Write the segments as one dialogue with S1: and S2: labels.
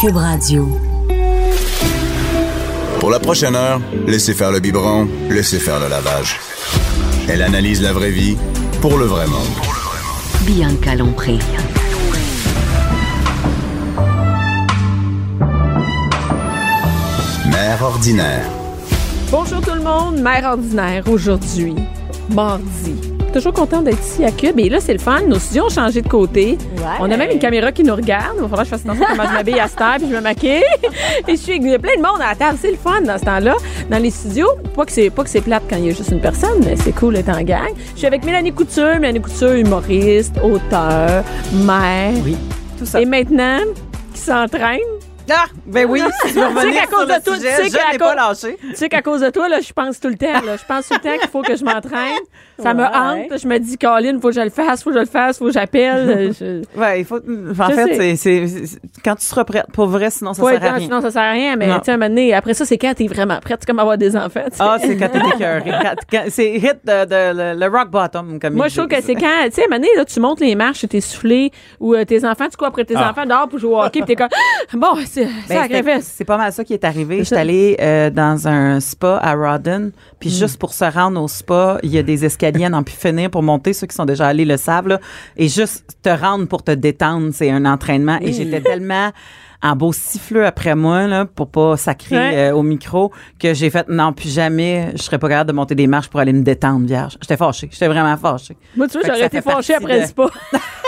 S1: Cube Radio.
S2: Pour la prochaine heure, laissez faire le biberon, laissez faire le lavage. Elle analyse la vraie vie pour le vrai monde.
S1: Bianca Lompré.
S2: Mère ordinaire.
S3: Bonjour tout le monde, Mère ordinaire aujourd'hui, mardi. Toujours content d'être ici à Cube. Et là, c'est le fun. Nos studios ont changé de côté. On a même une caméra qui nous regarde. Il va falloir que je fasse attention comment je m'habille à cette heure, puis je me maquille. Et je suis avec il y a plein de monde à la table. C'est le fun dans ce temps-là. Dans les studios, pas que c'est pas que c'est plate quand il y a juste une personne, mais c'est cool d'être en gang. Je suis avec Mélanie Couture. Mélanie Couture, humoriste, auteur, mère.
S4: Oui. Tout ça.
S3: Et maintenant, qui s'entraîne.
S4: Ah, ben oui, si tu veux
S3: Tu sais
S4: revenir
S3: qu'à
S4: sur
S3: cause
S4: le
S3: de toi, tu
S4: sujet,
S3: sais qu'à
S4: je n'ai pas
S3: cause-
S4: lâché.
S3: Tu sais qu'à cause de toi, là, je pense tout le temps. là. Je pense tout le temps qu'il faut que je m'entraîne. Ça me
S5: Ouais.
S3: hante. Je me dis, Colin, faut que je le fasse, faut que je le fasse, faut que j'appelle. Je-
S4: Ouais, il faut. En
S3: Je
S4: fait,
S3: sais.
S4: c'est- c'est c'est- quand tu seras prête, pour vrai, sinon ça
S3: Ouais,
S4: sert à
S3: non,
S4: rien.
S3: Sinon, ça sert à rien. Mais
S4: Non.
S3: tu sais, un moment donné, après ça, c'est quand t'es vraiment prête. C'est comme avoir des enfants. tu sais.
S4: Ah, c'est quand t'es écœuré. Quand- quand- C'est hit de, de- le, le rock bottom, comme
S3: Moi,
S4: ils
S3: je trouve que
S4: disent.
S3: c'est quand, tu sais, à un moment donné, là, tu montes les marches, et t'es soufflé, ou euh, tes enfants, tu cours après tes enfants dehors pour jouer au hockey, puis t'es comme, bon, c'est
S4: Ah. Ben,
S3: ça
S4: c'était- c'est pas mal ça qui est arrivé. Je suis allée euh, dans un spa à Rodden, puis
S3: Mm.
S4: juste pour se rendre au spa, il y a des escaliers à n'en plus finir pour monter. Ceux qui sont déjà allés le savent. là. et juste te rendre pour te détendre, c'est un entraînement. Et j'étais tellement en beau siffleux après moi, là, pour pas sacrer
S3: Ouais.
S4: euh, au micro, que j'ai fait non, plus jamais, je serais pas capable de monter des marches pour aller me détendre, vierge. J'étais fâchée. J'étais vraiment fâchée.
S3: Moi, tu vois,
S4: Fait que
S3: j'aurais
S4: ça
S3: été
S4: fait
S3: fâchée
S4: partie
S3: après
S4: de-
S3: le spa.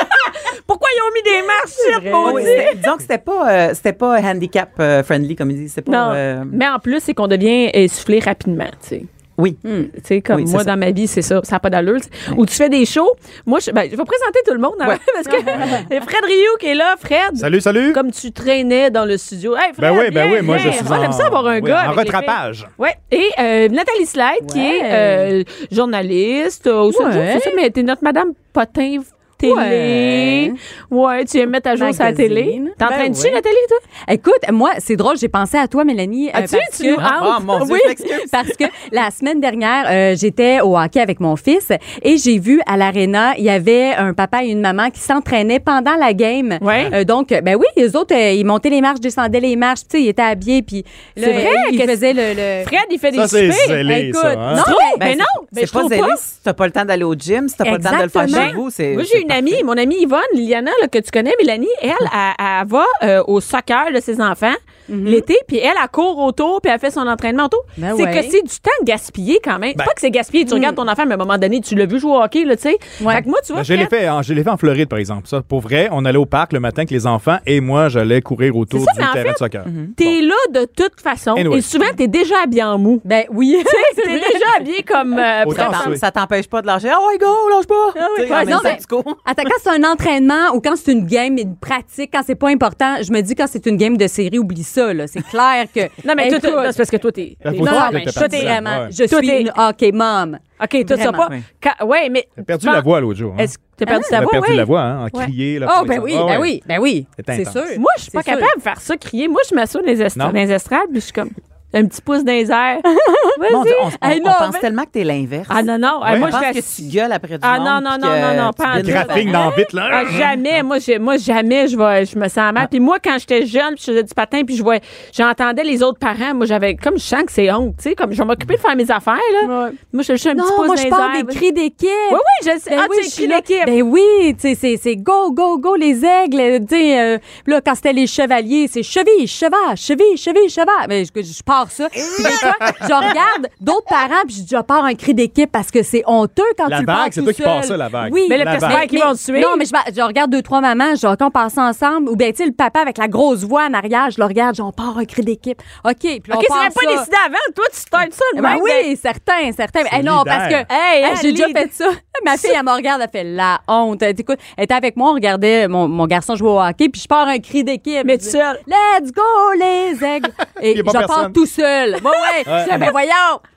S3: Pourquoi ils ont mis des marches, shit,
S4: Oui,
S3: maudit?
S4: c'était- disons que c'était pas, euh, c'était pas handicap euh, friendly, comme ils disent. C'était pas.
S3: Non.
S4: euh,
S3: Mais en plus, c'est qu'on devient essoufflé rapidement, tu sais.
S4: oui.
S3: Tu sais, comme
S4: Oui, c'est
S3: moi,
S4: ça.
S3: dans ma vie, c'est ça. Ça n'a pas d'allure. tu sais. Ou tu fais des shows. Moi, je, ben, je vais présenter tout le monde. hein,
S4: Ouais.
S3: parce que il y a Fred Rioux qui est là. Fred.
S6: Salut, salut.
S3: Comme tu traînais dans le studio. Hey, Fred,
S6: ben oui, ben
S3: viens,
S6: oui, moi je
S3: viens.
S6: suis
S3: On aime
S6: en,
S3: Ah, ça avoir un
S6: oui,
S3: gars.
S6: en
S3: avec les filles.
S6: rattrapage.
S3: Ouais. Et euh, Nathalie Slide, qui est euh, journaliste. euh, au Centre-
S5: Ouais.
S3: c'est ça, mais t'es notre Madame Potin télé. Ouais,
S5: Ouais.
S3: tu aimes mettre à jour sa
S5: Magazine.
S3: télé. T'entraînes-tu,
S5: Ben ouais.
S3: Nathalie, toi?
S5: Écoute, moi, c'est drôle, j'ai pensé à toi, Mélanie. euh,
S3: As-tu-
S5: parce
S3: tu
S5: que-
S3: nous hantes?
S4: Ah, mon Dieu,
S3: Oui.
S4: je m'excuse.
S5: parce que la semaine dernière, euh, j'étais au hockey avec mon fils et j'ai vu à l'aréna, il y avait un papa et une maman qui s'entraînaient pendant la game.
S3: Ouais.
S5: Euh, donc, euh, ben oui, les autres, euh, ils montaient les marches, descendaient les marches, tu sais, ils étaient habillés, puis là,
S3: C'est vrai,
S5: ils
S3: qu'est-ce-
S5: faisaient le, le- Ben,
S3: Fred, il fait
S6: Ça,
S3: des
S6: c'est
S3: soupers.
S6: zélé,
S3: Écoute,
S6: ça, hein?
S3: Non,
S5: C'est-
S3: mais,
S4: Ben,
S3: non,
S4: c'est-
S3: mais je
S4: c'est pas
S3: trouve
S4: zélé
S3: pas.
S4: si t'as pas le temps d'aller au gym, si t'as pas le temps de le faire
S5: Exactement.
S4: chez vous. c'est-
S3: Moi,
S4: c'est
S3: j'ai une amie, mon amie Yvonne, Liliana, là, que tu connais, Mélanie, elle, elle, elle va euh, au soccer de ses enfants l'été, puis elle, elle court autour, puis elle fait son entraînement autour.
S5: Ben
S3: c'est
S5: ouais.
S3: que c'est du temps gaspillé quand même.
S6: Ben.
S3: Pas que c'est gaspillé, tu regardes ton enfant, mais à un moment donné, tu l'as vu jouer au hockey, là, tu sais.
S5: Ouais.
S3: Fait que moi, tu vois,
S6: Ben, je l'ai
S3: Fred,
S6: fait, en- je l'ai fait en Floride, par exemple. Ça. Pour vrai, on allait au parc le matin avec les enfants et moi, j'allais courir autour
S3: C'est ça,
S6: du
S3: mais en
S6: terrain
S3: fait- Mhm.
S6: de soccer.
S3: t'es là de toute façon,
S6: Anyway.
S3: et souvent, t'es déjà habillé en mou.
S5: Ben oui.
S3: t'es déjà habillé comme... euh, Fred.
S6: Autant
S4: Ça-
S6: Ah, oui.
S4: Ça t'empêche pas de lâcher. Ah ouais, go, lâche pas. Tu sais, en
S5: Ouais,
S4: même
S5: non,
S4: temps,
S5: mais-
S4: tu cours.
S5: Attends, quand c'est un entraînement ou quand c'est une game, une pratique, quand c'est pas important, je me dis quand c'est une game de série, oublie ça, là. C'est clair que.
S3: non, mais toi,
S5: Écoute,
S3: toi, c'est parce que toi, t'es...
S6: Ben,
S3: t'es-
S6: faut
S5: non,
S6: dire
S3: non,
S6: que
S3: mais
S6: t'es
S5: toi,
S3: toi,
S5: t'es
S6: partisan.
S5: vraiment.
S6: ouais.
S5: Je
S3: Toi,
S5: suis
S3: t'es-
S5: une hockey mom.
S3: OK, toi, ça
S5: Vraiment.
S3: pas... Quand- Ouais, mais... Ah.
S6: J'ai perdu la voix l'autre jour. hein.
S3: Est-ce que t'as perdu
S6: On
S3: ta
S6: a
S3: voix?
S6: perdu
S3: ouais?
S6: la voix, hein, en
S5: Ouais.
S6: crier. là,
S5: Oh,
S6: pour les
S5: ben
S6: enfants.
S5: oui,
S6: Ah,
S5: ben
S6: ouais.
S5: oui, ben oui.
S6: C'est
S5: C'est
S6: intense.
S5: sûr.
S3: Moi, je suis pas
S5: C'est sûr.
S3: capable de faire ça, crier. Moi, je m'assois dans les, est-
S6: Non.
S3: dans les estrades, puis je suis comme un petit pouce dans les airs. Vas-y.
S4: Mon Dieu, on, on-
S3: Hey,
S4: on
S3: non,
S4: pense
S3: mais-
S4: tellement que t'es l'inverse.
S3: Ah non, non. Hey,
S6: Ouais.
S3: moi,
S4: Moi,
S3: je
S4: je
S3: fais
S4: pense que tu gueules après du
S3: Ah,
S4: monde,
S3: non, non,
S4: puis
S3: non,
S4: que
S3: non, non,
S4: tu
S3: pas en
S4: bénis
S3: tout.
S4: la
S6: Graphique dans vite, là.
S3: Ah,
S5: hein.
S3: jamais, moi, j'ai, moi jamais, je, vais, je me sens
S5: Ah.
S3: mal. Puis moi, quand j'étais jeune, puis je faisais du patin, puis je vois, j'entendais les autres parents. Moi, j'avais, comme je sens que c'est honte, tu sais, comme je vais m'occuper de faire mes affaires, là. Moi, je suis un petit
S5: Non,
S3: pouce dans
S5: moi, je
S3: les
S5: parle
S3: airs.
S5: des cris d'équipe.
S3: Oui, oui, je sais.
S5: Ben
S3: ah,
S5: oui,
S3: tu
S5: je
S3: sais,
S5: suis
S3: cri
S5: là.
S3: d'équipe.
S5: Ben oui, tu sais, c'est, c'est go, go, go, les aigles. Tu sais, euh, là, quand c'était les chevaliers, c'est cheville, cheval, cheville, cheville, cheval. Mais je, je pars j'adore ça.
S3: Eh
S5: Puis des fois, je regarde d'autres parents, puis je, je pars un cri d'équipe parce que c'est honteux quand
S6: La
S5: tu le pars
S6: vague, c'est
S5: tout
S6: toi qui
S5: seul.
S6: pars ça, la vague.
S5: Oui,
S3: Mais le
S6: La
S3: test
S6: vague.
S3: drive qui vont te suivre.
S5: non, mais je, je regarde deux, trois mamans, genre, quand on passe ensemble, ou bien, tu sais, le papa avec la grosse voix en arrière, je le regarde, genre, on part un cri d'équipe. OK, puis
S3: OK,
S5: là, Ben, on
S3: c'est
S5: part
S3: même pas
S5: ça.
S3: décidé avant. Toi, tu startes ça, le
S5: Ben
S3: même.
S5: oui, certain, certain. Mais,
S6: C'est
S5: hey, non,
S6: leader.
S5: parce que
S3: Hey,
S5: hey, j'ai
S3: lead.
S5: déjà fait ça. Ma fille, elle me regarde, elle fait la honte. Elle dit, Écoute, elle était avec moi, on regardait mon, mon garçon jouer au hockey, puis je pars un cri d'équipe.
S3: Mais
S5: Je
S3: tout
S5: dis,
S3: seul.
S5: Let's go, les aigles. Et
S6: Il y
S5: je
S6: a pas
S5: pars
S6: personne.
S5: tout seul. Ouais, ouais. Je dis, ben voyons.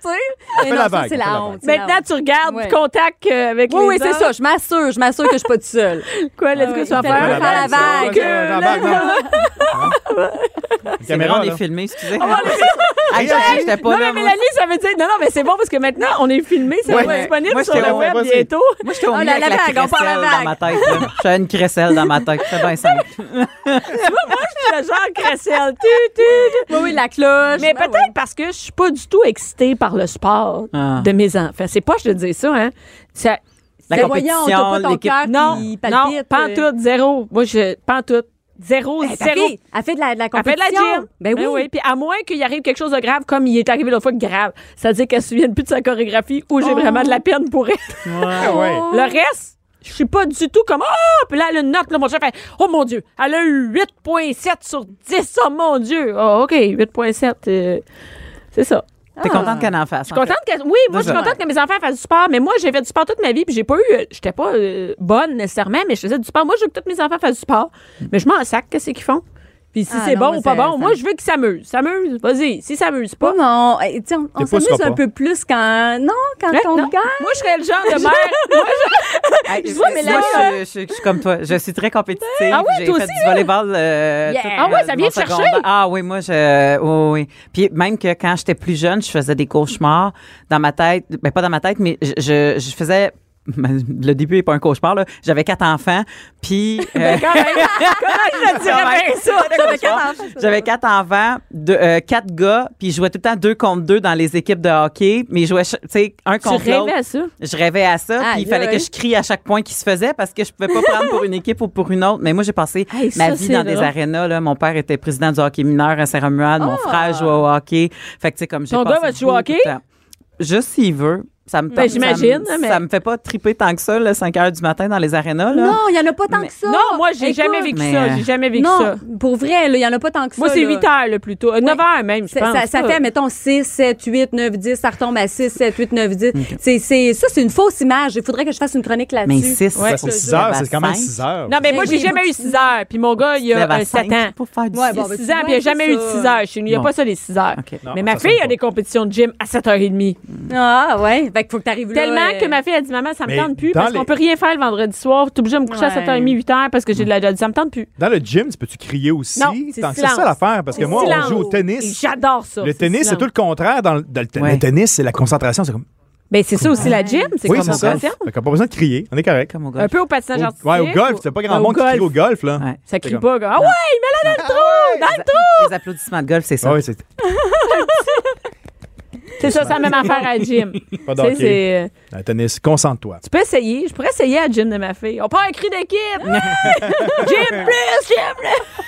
S5: Tu sais? Et
S6: fait
S5: non,
S6: la
S5: ça,
S6: vague,
S5: c'est
S6: on fait
S5: la
S6: la
S5: honte. c'est la
S3: Maintenant,
S5: honte.
S3: tu regardes,
S5: Ouais.
S3: tu contactes euh, avec les
S5: Oui, oui, c'est
S3: autres.
S5: ça. Je m'assure, je m'assure que je suis pas toute seule.
S3: Quoi,
S5: Ah
S3: let's go,
S5: oui,
S3: tu vas
S5: il fait
S3: faire
S5: la vague.
S3: la vague.
S5: Que
S6: La vague, non. La
S4: C'est
S6: Caméra,
S4: vrai, on
S6: là.
S4: est filmé, excusez. Hey, je- J'étais pas
S3: non,
S4: là.
S3: mais
S4: moi.
S3: Mélanie, ça veut dire. Non, non, mais c'est bon parce que maintenant, on est filmé, ça
S4: Ouais.
S3: va être disponible
S4: Moi,
S3: sur
S4: j'étais
S3: le
S4: au-
S3: web
S6: moi, c'est-
S3: bientôt.
S4: Moi, j'étais au
S5: Oh,
S4: milieu
S5: la-
S4: avec
S5: la
S4: la
S5: vague, on part la
S4: crécelle dans ma tête. là. J'avais une crécelle dans ma tête. C'est bien simple.
S3: le genre Cressel. Tu, tu, tu.
S5: Oui, oui, la cloche.
S3: Mais
S5: Ben
S3: peut-être
S5: ouais.
S3: parce que je suis pas du tout excitée par le sport
S4: Ah.
S3: de mes enfants. C'est pas je te dis ça, hein. Ça-
S4: La
S5: Ben
S4: compétition,
S5: voyons, t'as pas ton
S4: l'équipe.
S5: cœur
S3: non,
S5: qui
S3: non,
S5: palpite.
S3: pas en tout, zéro. Moi, je pas en tout, zéro,
S5: Hey, ta
S3: zéro.
S5: fille, Elle fait de la, de la
S3: Elle fait de la
S5: compétition.
S3: gym.
S5: Ben oui.
S3: Puis à moins qu'il arrive quelque chose de grave, comme il est arrivé l'autre fois, grave. C'est-à-dire qu'elle se souvienne plus de sa chorégraphie ou j'ai vraiment de la peine pour elle.
S6: Ah ouais.
S3: Le reste, je suis pas du tout comme Ah! Puis là, elle a une note, là, mon chef fait Oh mon Dieu, elle a eu 8,7 sur 10. Oh mon Dieu. Oh, OK, 8,7. euh, c'est ça.
S4: T'es contente qu'elle en fasse.
S3: Je suis contente que, oui, moi, je suis
S4: Déjà.
S3: contente que mes enfants fassent du sport, mais moi, j'ai fait du sport toute ma vie, puis j'ai pas eu, j'étais pas euh, bonne nécessairement, mais je faisais du sport. Moi, je veux que tous mes enfants fassent du sport, mais je m'en sac, qu'est-ce qu'ils font? Puis si
S5: Ah,
S3: c'est
S5: non,
S3: bon
S5: moi,
S3: ou pas
S5: ça-
S3: bon,
S5: ça-
S3: moi, je veux qu'ils s'amusent. S'amusent, vas-y. S'ils s'amusent
S5: Pas,
S3: pas,
S5: mais on, eh, tu sais, on- on
S6: T'es pas
S5: s'amuse
S6: sera
S5: un
S6: pas.
S5: peu plus quand. Non, quand
S3: hein,
S5: on
S3: non.
S5: gagne.
S3: moi, je serais le genre de mère.
S4: Je
S3: vois Mélanie,
S4: je, je- je suis comme toi. Je suis très compétitive.
S3: Ah oui,
S4: J'ai
S3: toi
S4: fait
S3: aussi,
S4: du volleyball. euh,
S5: Yeah.
S4: tout
S5: Ah
S3: ouais, ça
S4: mon
S3: vient te chercher.
S4: secondaire. Ah oui, moi, je. Oui, oui. Puis même que quand j'étais plus jeune, je faisais des cauchemars dans ma tête. Ben, pas dans ma tête, mais je, je, je faisais. Le début n'est pas un cauchemar, là. J'avais quatre enfants. Puis. euh,
S3: Ben, Quand même, comment je te dirais bien ça?
S4: J'avais quatre enfants. J'avais quatre enfants, deux- euh, quatre gars, puis je jouais tout le temps deux contre deux dans les équipes de hockey, mais je jouais, ch- tu sais, un
S3: Tu
S4: contre l'autre.
S3: rêvais à ça?
S4: Je rêvais à ça, puis
S5: Aïe,
S4: il fallait
S5: aïe.
S4: que je crie à chaque point qui se faisait parce que je pouvais pas prendre pour une équipe ou pour une autre. Mais moi, j'ai passé
S3: Hey, ça,
S4: ma vie
S3: c'est
S4: dans des
S3: drôle.
S4: arénas. Là. Mon père était président du hockey mineur à Saint-Romuald. Mon frère jouait au hockey. Fait que, tu sais, comme j'ai
S3: Ah! Ton gars
S4: passé
S3: va-tu jouer au
S4: beaucoup de
S3: hockey? Ben,
S4: temps. Juste s'il veut. Ça me, tente- ça me-
S3: j'imagine, hein,
S4: ça,
S3: mais-
S4: me fait pas triper tant que ça, là, 5 heures du matin dans les arénas. Là.
S5: Non, il n'y en a pas tant
S4: Mais-
S5: que ça.
S3: Non, moi, j'ai
S5: Écoute,
S3: jamais vécu
S4: mais,
S3: ça.
S4: euh,
S3: J'ai jamais vécu
S5: non,
S3: ça.
S5: pour vrai, là, il n'y en a pas tant que
S3: Moi,
S5: ça.
S3: c'est
S5: là.
S3: 8 heures, le plus tôt. Euh, 9
S5: Ouais.
S3: heures même, je
S5: Ça,
S3: pense.
S5: ça- ça fait, mettons, 6, 7, 8, 9, 10, ça retombe à 6, 7, 8, 9, 10. C'est, c'est, ça, c'est une fausse image. Il faudrait que je fasse une chronique
S4: Mais
S5: là-dessus.
S4: 6,
S3: Ouais,
S6: Ça, c'est 6 heures, c'est quand même 6 heures.
S3: Non, mais moi,
S5: Ben
S3: j'ai
S5: oui.
S3: jamais eu 6 heures. Puis mon gars, il a euh, 7 ans.
S4: Pour faire du
S6: Ah,
S5: Ouais,
S4: six.
S5: bon, ben,
S3: 6
S5: tu
S3: ans,
S5: vois,
S3: puis il n'y a
S5: c'est
S3: jamais eu de
S5: ça.
S3: 6 heures. Chez nous, il n'y a
S4: Non.
S3: pas ça, les 6 heures.
S4: OK.
S3: mais
S6: Non,
S3: ma
S6: ça
S3: fille
S6: sonne
S3: a
S6: pas.
S3: des compétitions de gym à 7h30.
S5: Ah, ouais. Fait qu'il faut que tu arrives là.
S3: Tellement
S5: euh,
S3: que ma fille a dit Maman, ça me
S6: Mais
S3: tente plus
S6: dans
S3: parce
S6: les-
S3: qu'on peut rien faire le vendredi soir. T'es obligé de me coucher
S5: Ouais.
S3: à 7h30, 8h parce que j'ai de la job. Ça me tente plus.
S6: Dans le gym, tu peux-tu crier aussi?
S3: Non, c'est
S6: Tant que c'est
S3: silence.
S6: ça l'affaire, parce que
S3: C'est
S6: moi,
S3: silence.
S6: on joue au
S3: Et
S6: tennis.
S3: J'adore ça.
S6: Le tennis, c'est tout le contraire. Dans le, dans le ten-
S4: Ouais.
S6: le tennis, c'est la concentration. C'est comme.
S3: Ben, c'est ça aussi la gym. C'est
S6: Oui,
S3: comme
S6: c'est
S3: on
S6: ça.
S3: patient.
S6: Fait qu'on a pas besoin de crier. On est correct.
S4: Comme au golf.
S3: Un peu au patinage
S6: Au-
S3: artistique.
S6: ouais, au golf, c'est pas grand monde qui crie au golf, là.
S4: Ouais.
S3: Ça
S6: C'est
S3: crie
S6: comme-
S3: pas. Ah ouais, mais là, dans le trou! Dans le trou!
S4: Les applaudissements de golf, c'est ça.
S6: Ah oui, c'est
S3: C'est ça, c'est la même affaire à la gym.
S6: pas
S3: Tu sais,
S6: d'hockey.
S3: c'est. euh,
S6: Dans le tennis, concentre-toi.
S3: Tu peux essayer. Je pourrais essayer à la gym de ma fille. On part un cri d'équipe. Ouais! gym plus, gym plus.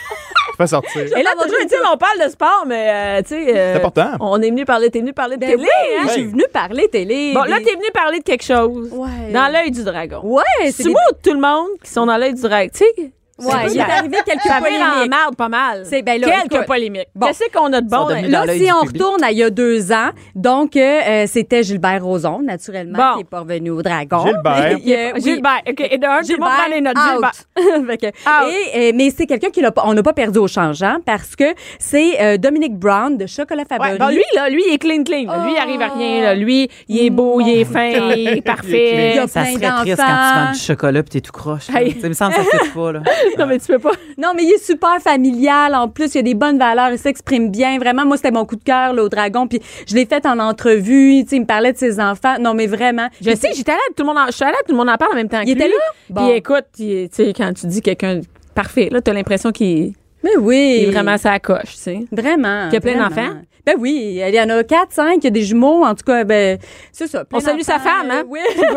S6: Tu peux sortir.
S3: Et là, toujours est-il, on parle de sport, mais euh, tu sais. euh,
S6: C'est important.
S3: On est venu parler, t'es venu parler de
S5: Ben
S3: télé,
S5: oui,
S3: hein?
S5: je suis venue parler télé.
S3: Bon, là,
S5: des-
S3: t'es venu parler de quelque chose.
S5: Ouais.
S3: Dans l'œil du dragon.
S5: Ouais,
S3: C'est
S5: des-
S3: moi ou tout le monde qui sont dans l'œil du dragon, tu sais?
S5: Ouais, il est arrivé quelques
S3: Ça vire en
S5: polémiques.
S3: marde pas mal.
S5: C'est- ben là,
S3: Quelques
S5: écoute.
S3: polémiques.
S5: Bon.
S3: Qu'est-ce qu'on a de bon?
S4: Sont
S3: hein?
S4: devenus
S3: Là,
S4: dans
S5: Là,
S4: l'œil
S5: si
S4: du
S5: on
S4: public.
S5: retourne à il y a deux ans, donc euh, c'était Gilbert Roson, naturellement,
S3: Bon.
S5: qui est pas revenu au Dragon.
S6: Gilbert.
S5: Et, euh, oui.
S3: Gilbert. Ah. OK, et de un, tout le monde prend les notes. Gilbert.
S5: out. Fait que-
S3: Out.
S5: Et, euh, mais c'est quelqu'un qui l'a pas- on n'a pas perdu au changeant parce que c'est euh, Dominique Brown de Chocolat Favori.
S3: Ouais, ben lui, là, lui, il est clean, clean. là. Lui, il arrive à rien. Là. Lui, il est beau, il est fin, il est
S5: il y
S3: parfait.
S5: a
S4: Ça
S5: plein
S4: serait triste quand tu
S5: d'enfants.
S4: vends du chocolat puis t'es tout croche. là.
S3: Aïe.
S4: Tu sais, il me semble que ça se fait pas, là.
S3: non, mais tu peux pas.
S5: Non, mais il est super familial. En plus, il a des bonnes valeurs. Il s'exprime bien. Vraiment, moi, c'était mon coup de cœur, là, au Dragon. Puis je l'ai fait en entrevue. Tu sais, il me parlait de ses enfants. Non, mais vraiment.
S3: Je sais, j'étais là, tout le monde en, je suis allée, tout le monde en parle en même temps.
S5: Il
S3: que
S5: était
S3: lui.
S5: là?
S3: Puis
S5: Bon.
S3: écoute, il- tu sais, quand tu dis quelqu'un de parfait, là, t'as l'impression qu'il.
S5: Mais oui.
S3: Et vraiment, ça coche, tu sais.
S5: Vraiment.
S3: Qu'il y a plein
S5: vraiment.
S3: d'enfants?
S5: Ben oui, il y en a 4, 5, il y a des jumeaux, en tout cas, ben, c'est ça. plein
S3: On salue
S5: d'enfants,
S3: sa femme, hein?
S5: euh, Oui.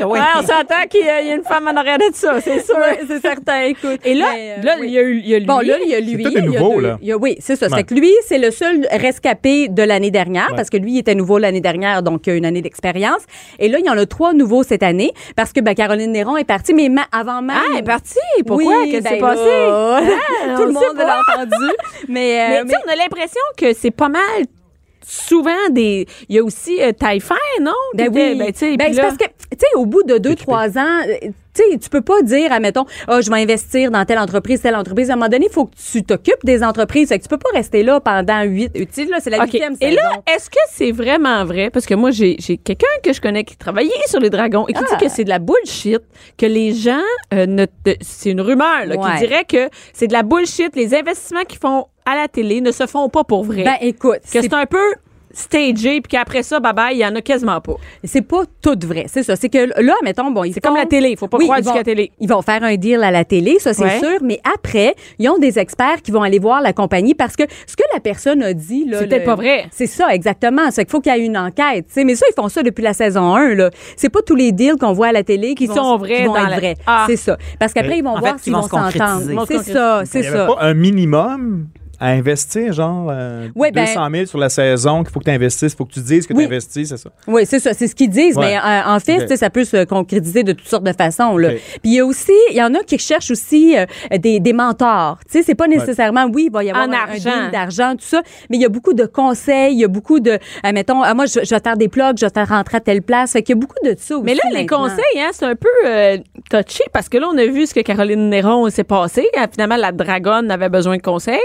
S4: Ah
S3: Ouais,
S4: ouais.
S3: on s'entend qu'il y a une femme en arrière de ça, c'est sûr.
S5: Ouais, c'est certain, écoute.
S3: Et là,
S5: Mais, euh,
S3: là,
S5: oui.
S3: il y a eu, il y a lui.
S5: Bon, là, il y a lui.
S6: tout des
S5: il y a
S6: nouveaux,
S5: deux-
S6: là.
S5: il y a- oui, c'est ça.
S6: Ouais.
S5: C'est que lui, c'est le seul rescapé de l'année dernière, parce que lui, il était nouveau l'année dernière, donc il a une année d'expérience. Et là, il y en a trois nouveaux cette année, parce que ben, Caroline Néron est partie, mais ma- avant même.
S3: Ah, elle est partie. Pourquoi?
S5: Oui,
S3: Qu'est-ce qui s'est
S5: ben
S3: passé?
S5: là,
S3: Ah,
S5: Tout
S3: on
S5: le
S3: sait
S5: monde l'a entendu. Mais, euh,
S3: Mais,
S5: mais-
S3: tu sais, on a l'impression que c'est pas mal souvent des. Il y a aussi euh, Taillefer, non? Qui
S5: Ben
S3: était-
S5: oui,
S3: Ben, tu sais,
S5: Ben,
S3: puis
S5: c'est
S3: là-
S5: parce que tu sais au bout de deux trois ans, euh, tu sais tu peux pas dire admettons, ah je vais investir dans telle entreprise, telle entreprise. À un moment donné, il faut que tu t'occupes des entreprises, fait que tu peux pas rester là pendant huit. Tu sais là, c'est la
S3: OK.
S5: huitième
S3: Et
S5: saison.
S3: là, est-ce que c'est vraiment vrai? Parce que moi, j'ai j'ai quelqu'un que je connais qui travaillait sur les dragons et qui
S5: Ah.
S3: dit que c'est de la bullshit, que les gens euh, ne te- C'est une rumeur, là,
S5: Ouais.
S3: qui dirait que c'est de la bullshit. Les investissements qu'ils font à la télé ne se font pas pour vrai.
S5: ben écoute,
S3: eh, que
S5: c'est
S3: c'est un peu stagé, puis qu'après ça, bye-bye, il y en a quasiment pas.
S5: c'est pas tout vrai, c'est ça. C'est que là, mettons, bon, ils
S3: C'est comme
S5: font-
S3: la télé, faut pas
S5: Oui,
S3: croire
S5: ils
S3: du
S5: vont-
S3: qu'à télé.
S5: Ils vont faire un deal à la télé, ça c'est
S3: Ouais.
S5: sûr, mais après, ils ont des experts qui vont aller voir la compagnie parce que ce que la personne a dit là,
S3: C'est
S5: le-
S3: peut-être pas vrai.
S5: C'est ça exactement, c'est qu'il faut qu'il y ait une enquête, tu sais. mais ça ils font ça depuis la saison 1 là. C'est pas tous les deals qu'on voit à la télé qui
S3: Qui
S5: vont-
S3: sont vrais
S5: qui vont
S3: dans
S5: être
S3: la-
S5: vrais.
S3: Ah.
S5: C'est ça. Parce qu'après
S6: Mais
S5: ils vont
S4: Euh, en
S5: voir
S4: fait,
S5: s'ils
S4: ils vont
S5: vont
S4: se concrétiser. Ils
S5: s'entendre.
S3: vont se
S5: C'est ça, c'est
S6: Il n'y avait
S5: ça.
S6: pas un minimum à investir, genre euh,
S5: Ouais, ben-
S6: 200 000 sur la saison qu'il faut que tu investisses, il faut que tu dises que
S5: Oui.
S6: tu investis, c'est ça.
S5: Oui, c'est ça, c'est ce qu'ils disent,
S6: Ouais.
S5: mais euh, en fait,
S6: Ok.
S5: tu sais, ça peut se concrétiser de toutes sortes de façons. Là.
S6: Ok.
S5: Puis il y a aussi, il y en a qui cherchent aussi euh, des, des mentors. Tu sais, c'est pas nécessairement, oui, il va y avoir
S3: En
S5: un, un
S3: argent.
S5: deal d'argent, tout ça, mais il y a beaucoup de conseils, il y a beaucoup de, euh, mettons, ah, moi, je, je vais faire des plugs, je vais faire rentrer à telle place. Fait qu'il y a beaucoup de ça aussi.
S3: Mais là, les
S5: maintenant.
S3: conseils, hein, c'est un peu euh, touché parce que là, on a vu ce que Caroline Néron s'est passé. Euh, Finalement, la dragonne avait besoin de conseils.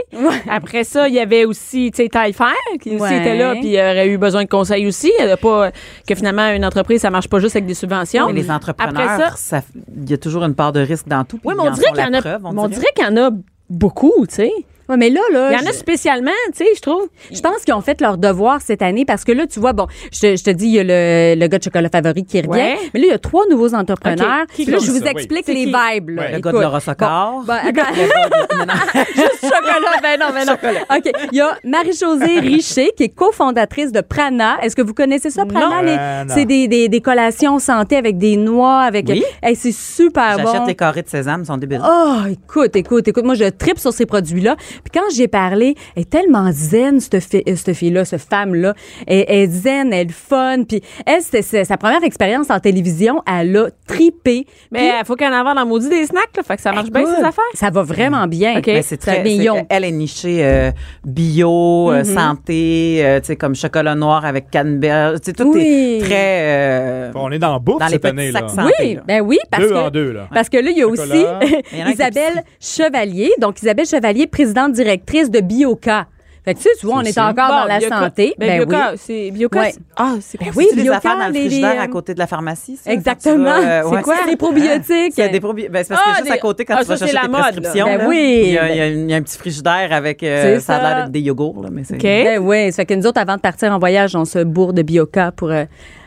S3: Après ça, il y avait aussi, tu sais, Taillefer qui aussi
S5: Ouais.
S3: était là, puis il aurait eu besoin de conseils aussi. Elle a pas que finalement une entreprise, ça marche pas juste avec des subventions.
S4: Mais les entrepreneurs,
S3: Après ça-
S4: ça- il y a toujours une part de risque dans tout. puis
S3: Oui, mais
S4: ils
S3: on
S4: en
S3: dirait
S4: sont
S3: qu'il y en
S4: la
S3: a,
S4: preuve,
S3: mais on dirait qu'il y en a beaucoup, tu sais.
S5: Ouais, mais là, là.
S3: Il y en
S5: je-
S3: a spécialement, tu sais, je trouve.
S5: Je pense qu'ils ont fait leur devoir cette année parce que là, tu vois, bon, je, je te dis, il y a le, le gars de chocolat favori qui revient,
S3: Ouais.
S5: mais là, il y a trois nouveaux entrepreneurs.
S3: Ok. Qui
S5: Puis là,
S3: comme
S5: je vous
S6: ça, oui.
S5: explique
S3: C'est
S5: les
S3: qui?
S5: vibes. là.
S6: Ouais.
S4: Le gars de
S5: Écoute.
S4: Laura Socor.
S5: Bon, ben, attends.
S4: Le gars de- non, non.
S5: chocolat, ben non, ben non. OK. Il y a Marie-Josée Richer, qui est cofondatrice de Prana. Est-ce que vous connaissez ça, Prana?
S6: Non.
S5: Les-
S6: Prana.
S5: c'est des, des, des collations santé avec des noix, avec.
S4: Euh, Oui.
S5: Hey, c'est super
S4: J'achète
S5: Ah, bon.
S4: les carrés de sésame, ils sont débiles.
S5: Oh, écoute, écoute, écoute. Moi, je tripe sur ces produits-là. Puis quand j'ai parlé, elle est tellement zen, cette, fi- euh, cette fille-là, cette femme-là. Elle, elle est zen, elle est fun. Puis elle, c'était sa- sa première expérience en télévision. Elle a tripé.
S3: Mais il faut qu'elle en vende en maudit des snacks, là, fait que ça marche bien
S5: Écoute,
S3: ces affaires.
S5: Ça va vraiment bien.
S3: OK.
S4: Mais c'est
S5: Ça-
S4: très,
S5: mais
S4: c'est-
S5: ils ont-
S4: elle est nichée euh, bio, euh, santé, euh, tu sais comme chocolat noir avec canneberge, tu sais tout
S5: Oui.
S4: est très euh,
S6: Bon, on est dans la bouffe
S4: dans les
S6: cette
S4: petits
S6: année. Là.
S4: sacs santé.
S5: Oui,
S4: là.
S5: ben oui, parce
S6: Deux
S5: que
S6: en deux, là.
S5: parce que là il y a aussi
S6: Chocolat.
S4: Il y en a qui
S5: Isabelle Chevalier, donc Isabelle Chevalier, présidente directrice de Bioca. Fait que tu, sais, tu vois, on est encore
S3: Bon,
S5: dans la
S3: Bioca-
S5: santé.
S3: Ah, Ben, Bioca, c'est Bioca.
S5: Ouais.
S3: c'est- Ah, c'est
S5: Ben
S3: bien.
S5: oui,
S4: C'est des
S5: Bioca,
S4: affaires dans le
S5: les- les,
S4: frigidaire à
S5: euh,
S4: côté de la pharmacie. ça, quand tu
S5: Exactement.
S4: vas, euh,
S5: c'est
S4: ouais.
S5: quoi? C'est des probiotiques.
S4: Il y a des probi- ben, c'est parce que
S3: Ah,
S4: juste
S3: des-
S4: à côté, quand
S3: ah,
S4: tu vas
S3: ça, c'est
S4: chercher
S3: la
S4: tes
S3: mode, là.
S4: prescriptions,
S5: Ben
S4: là,
S5: oui.
S4: il, y a, il y a un- il y a un petit frigidaire avec... euh,
S5: C'est
S4: ça a
S5: ça.
S4: l'air d'être des yogourts, là, mais c'est...
S3: OK.
S5: Ben oui, ça fait que nous autres, avant de partir en voyage, on se bourre de Bioca pour euh,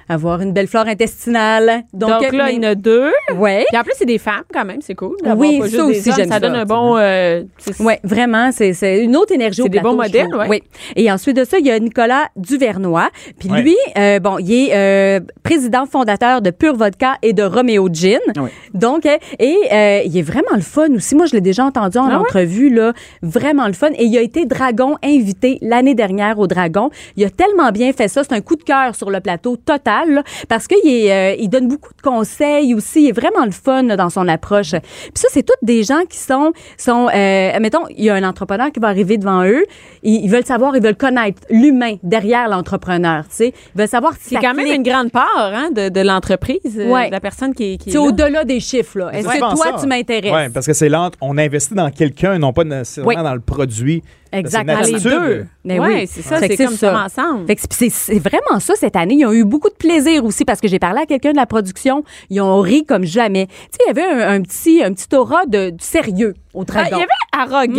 S5: avoir une belle flore intestinale. Donc,
S3: Donc, là,
S5: mais-
S3: il y en a deux.
S5: Ouais.
S3: Puis en plus, c'est des femmes quand même, c'est cool. d'avoir
S5: Oui,
S3: pas juste
S5: ça
S3: des
S5: aussi,
S3: hommes.
S5: j'aime
S3: Ça
S5: ça,
S3: donne un bon. euh, c'est-
S5: Oui, vraiment, c'est c'est une autre énergie
S3: C'est
S5: au
S3: des
S5: plateau,
S3: bons
S5: je
S3: modèles,
S5: trouve.
S3: ouais.
S5: Oui. Et ensuite de ça, il y a Nicolas Duvernois. Puis
S6: Ouais.
S5: lui, euh, bon, il est euh, président fondateur de Pure Vodka et de Romeo Gin.
S4: Oui.
S5: Donc, euh, et euh, il est vraiment le fun aussi. Moi, je l'ai déjà entendu en
S3: Ah ouais?
S5: entrevue, là. Vraiment le fun. Et il a été dragon invité l'année dernière au Dragon. Il a tellement bien fait ça. C'est un coup de cœur sur le plateau total, là, parce qu'il est, euh, il donne beaucoup de conseils aussi. Il est vraiment le fun là, dans son approche. Puis ça, c'est toutes des gens qui sont, sont euh, mettons, il y a un entrepreneur qui va arriver devant eux. Ils, ils veulent savoir, ils veulent connaître l'humain derrière l'entrepreneur, tu sais. Ils veulent savoir si
S3: C'est
S5: ça
S3: quand même
S5: clique.
S3: une grande part hein, de, de l'entreprise, euh,
S5: Ouais.
S3: de la personne qui, qui est
S5: C'est
S3: là.
S5: au-delà des chiffres, là. Est-ce que
S6: souvent
S5: toi,
S6: ça.
S5: tu m'intéresses?
S6: Oui, parce que c'est lent. On investit dans quelqu'un, non pas nécessairement
S5: Oui.
S6: dans le produit.
S5: Exactement.
S6: C'est
S3: Ah,
S6: une
S3: les
S6: attitude.
S3: deux.
S5: Mais
S3: Ouais,
S5: ben oui.
S3: c'est ça,
S5: Fait
S3: c'est
S5: que
S3: comme ça ensemble.
S5: Fait que c'est- c'est vraiment ça cette année. Ils ont eu beaucoup de plaisir aussi parce que j'ai parlé à quelqu'un de la production. Ils ont ri comme jamais. Tu sais, il y avait un, un petit, un petit aura de, du sérieux au
S3: Ah,
S5: dragon.
S3: il y avait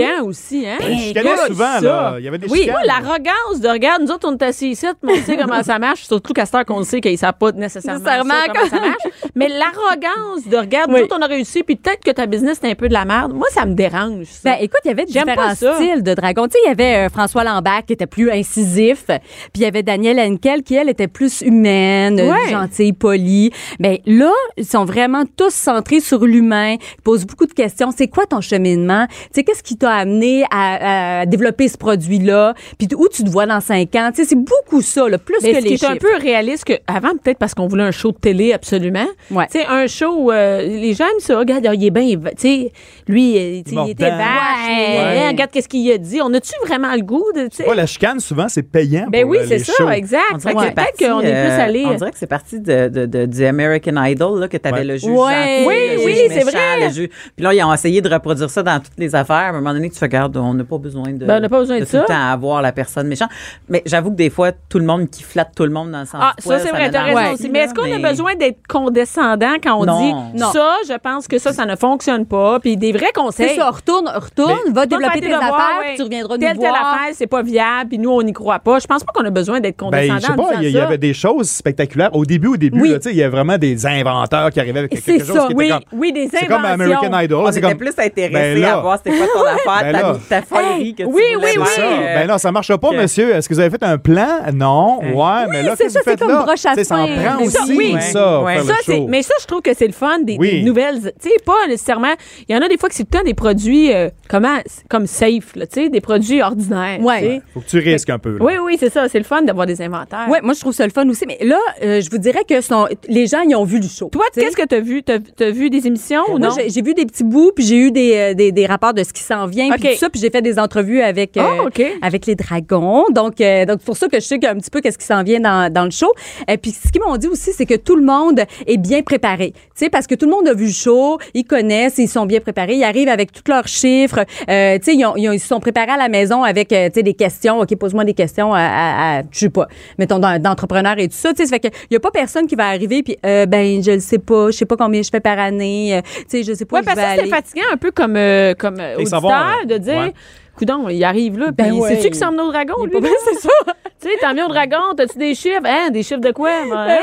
S3: arrogant aussi, hein?
S6: Je chicanais
S3: écoute,
S6: souvent,
S3: ça.
S6: là. Il y avait des
S3: Oui,
S6: chicanes.
S3: moi, l'arrogance de regarde, nous autres, on est assis ici, mais on sait comment ça marche, surtout qu'à cette heure qu'on le sait qu'ils ne savent pas nécessairement, ça,
S5: Nécessairement,
S3: comment ça marche. Mais l'arrogance de regarde, nous
S7: Oui.
S3: autres, on a réussi, puis peut-être que ta business est un peu de la merde. Moi, ça me dérange. ça.
S5: Ben, écoute, il y avait
S3: J'aime pas
S5: différents
S3: ça.
S5: styles de dragon. Tu sais, il y avait euh, François Lambert qui était plus incisif, puis il y avait Daniel Henkel qui, elle, était plus humaine, euh,
S3: Ouais.
S5: gentille, polie. Ben là, ils sont vraiment tous centrés sur l'humain, ils posent beaucoup de questions. C'est quoi ton cheminement? Tu sais, qu'est-ce qui t'a amené à, à développer ce produit-là? Puis où tu te vois dans cinq ans? Tu sais, c'est beaucoup ça, là, plus
S3: Mais
S5: que
S3: ce qui
S5: les
S3: est un
S5: chiffres.
S3: peu réaliste que avant peut-être parce qu'on voulait un show de télé absolument.
S5: Ouais.
S3: Tu sais un show euh, les gens aiment ça regarde il est bien tu sais lui euh, tu sais, il était
S6: Mordant.
S3: vache
S5: Ouais.
S3: il est- regarde qu'est-ce qu'il a dit on a-tu vraiment le goût de tu sais
S6: Ouais, la chicane, souvent, c'est payant.
S3: Ben
S6: pour,
S3: oui,
S6: euh,
S3: c'est
S6: les
S3: ça,
S6: shows.
S4: On
S3: exact. Fait
S4: dirait
S3: que
S4: que c'est
S3: peut-être
S4: parti,
S3: qu'on est plus
S4: euh,
S3: allé
S4: On dirait que c'est parti de, de- de- du American Idol, là, que t'avais
S6: Ouais.
S4: le juge.
S5: Ouais.
S4: gentil,
S5: Oui,
S4: le
S3: oui,
S4: juge
S3: c'est
S4: méchant,
S3: vrai.
S4: le juge- Puis là, ils ont essayé de reproduire ça dans toutes les affaires. À un moment donné, tu regardes, on n'a pas besoin de.
S3: Ben, on n'a pas besoin de
S4: tout
S3: ça.
S4: le temps avoir la personne méchante. Mais j'avoue que des fois, tout le monde qui flatte tout le monde dans le sens.
S3: ah,
S4: du
S3: ça,
S4: poil,
S3: c'est vrai, t'as
S4: m'énerve
S3: raison aussi. Mais est-ce qu'on
S4: mais-
S3: a besoin d'être condescendant quand on
S4: Non.
S3: dit
S5: Non.
S3: ça, je pense que ça, ça ne fonctionne pas. Puis des vrais conseils.
S5: C'est ça, retourne, retourne,
S6: Mais-
S5: va
S3: Va
S5: développer
S3: faire
S5: tes
S3: devoirs,
S5: affaires,
S3: ouais.
S5: puis tu reviendras
S3: telle,
S5: nous voir.
S3: Telle affaire, c'est pas viable, puis nous, on n'y croit pas. Je pense pas qu'on a besoin d'être
S6: Ben,
S3: condescendant
S6: je sais
S3: en
S6: pas,
S3: disant
S6: il y,
S3: ça.
S6: avait des choses spectaculaires. Au début, au début, là, tu sais, il y a vraiment des inventeurs qui arrivaient avec quelque,
S3: C'est
S6: chose
S3: ça,
S6: qui
S3: oui,
S6: était comme...
S3: oui, des inventions.
S6: C'est comme American Idol.
S4: On
S6: c'est
S4: était
S6: comme...
S4: plus intéressés
S6: Ben là,
S4: à voir c'était quoi ton affaire, ta-
S6: Ben là.
S4: ta, folie que tu
S3: oui,
S4: voulais
S3: oui,
S6: C'est
S4: faire.
S6: ça.
S4: Euh,
S6: Ben non, ça marche pas,
S4: que-
S6: monsieur. Est-ce que vous avez fait un plan? Non.
S3: Euh,
S6: Ouais, mais là,
S5: c'est
S6: qu'est-ce
S5: ça,
S6: que vous
S5: c'est
S6: faites
S5: comme
S6: là?
S5: broche à
S6: Tu sais, Ça en
S5: fin.
S6: prend
S3: Mais ça,
S6: aussi,
S3: oui.
S6: ça,
S4: Ouais.
S6: faire
S3: Ça,
S6: le
S3: Ah, c'est-
S6: show.
S3: mais ça, je trouve que c'est le fun des,
S6: Oui.
S3: des nouvelles. Tu sais, pas nécessairement. Il y en a des fois que c'est tout le temps des produits euh, comment, comme safe, là, tu sais, des produits ordinaires.
S5: Ouais.
S3: tu sais.
S6: Faut que tu risques un peu. là.
S3: Oui, oui, c'est ça. C'est le fun d'avoir des inventaires.
S5: Ouais, moi je trouve ça le fun aussi, mais là, euh, je vous dirais que sont- les gens ils ont vu le show.
S3: Toi, qu'est-ce que t'as vu? T'as t'as vu des émissions ou non?
S5: Moi, j'ai- j'ai vu des petits bouts, puis j'ai eu des, euh, des, des rapports de ce qui s'en vient,
S3: OK.
S5: puis tout ça, puis j'ai fait des entrevues avec euh,
S3: Ah, OK.
S5: avec les dragons. Donc, euh, donc c'est pour ça que je sais un petit peu qu'est-ce qui s'en vient dans, dans le show. Et puis ce qu'ils m'ont dit aussi, c'est que tout le monde est bien préparé. Tu sais, parce que tout le monde a vu le show, ils connaissent, ils sont bien préparés, ils arrivent avec tous leurs chiffres. Euh, tu sais, ils, ont- ils ont- ils se sont préparés à la maison avec euh, tu sais des questions. Ok, pose-moi des questions à, à, à- je sais pas, mettons d'en- d'entrepreneurs et tout ça. Tu sais, ça fait que y a pas personne qui va arriver puis euh, ben je le sais pas, je sais pas combien je fais par année. euh, tu sais, je sais pas.
S3: Oui,
S5: où je
S3: parce
S5: vais
S3: que c'est
S5: aller.
S3: fatigant un peu comme, euh, comme euh,
S6: Et
S3: auditeur
S6: savoir, euh,
S3: de dire
S6: ouais.
S3: Coudon, il arrive là,
S5: Ben
S3: ben
S5: ouais.
S3: c'est-tu qui s'en venait au dragon, lui? là?
S5: c'est ça.
S3: tu sais, t'en viens au dragon, t'as-tu des chiffres? Hein, des chiffres de quoi?
S5: Ben
S3: Hein,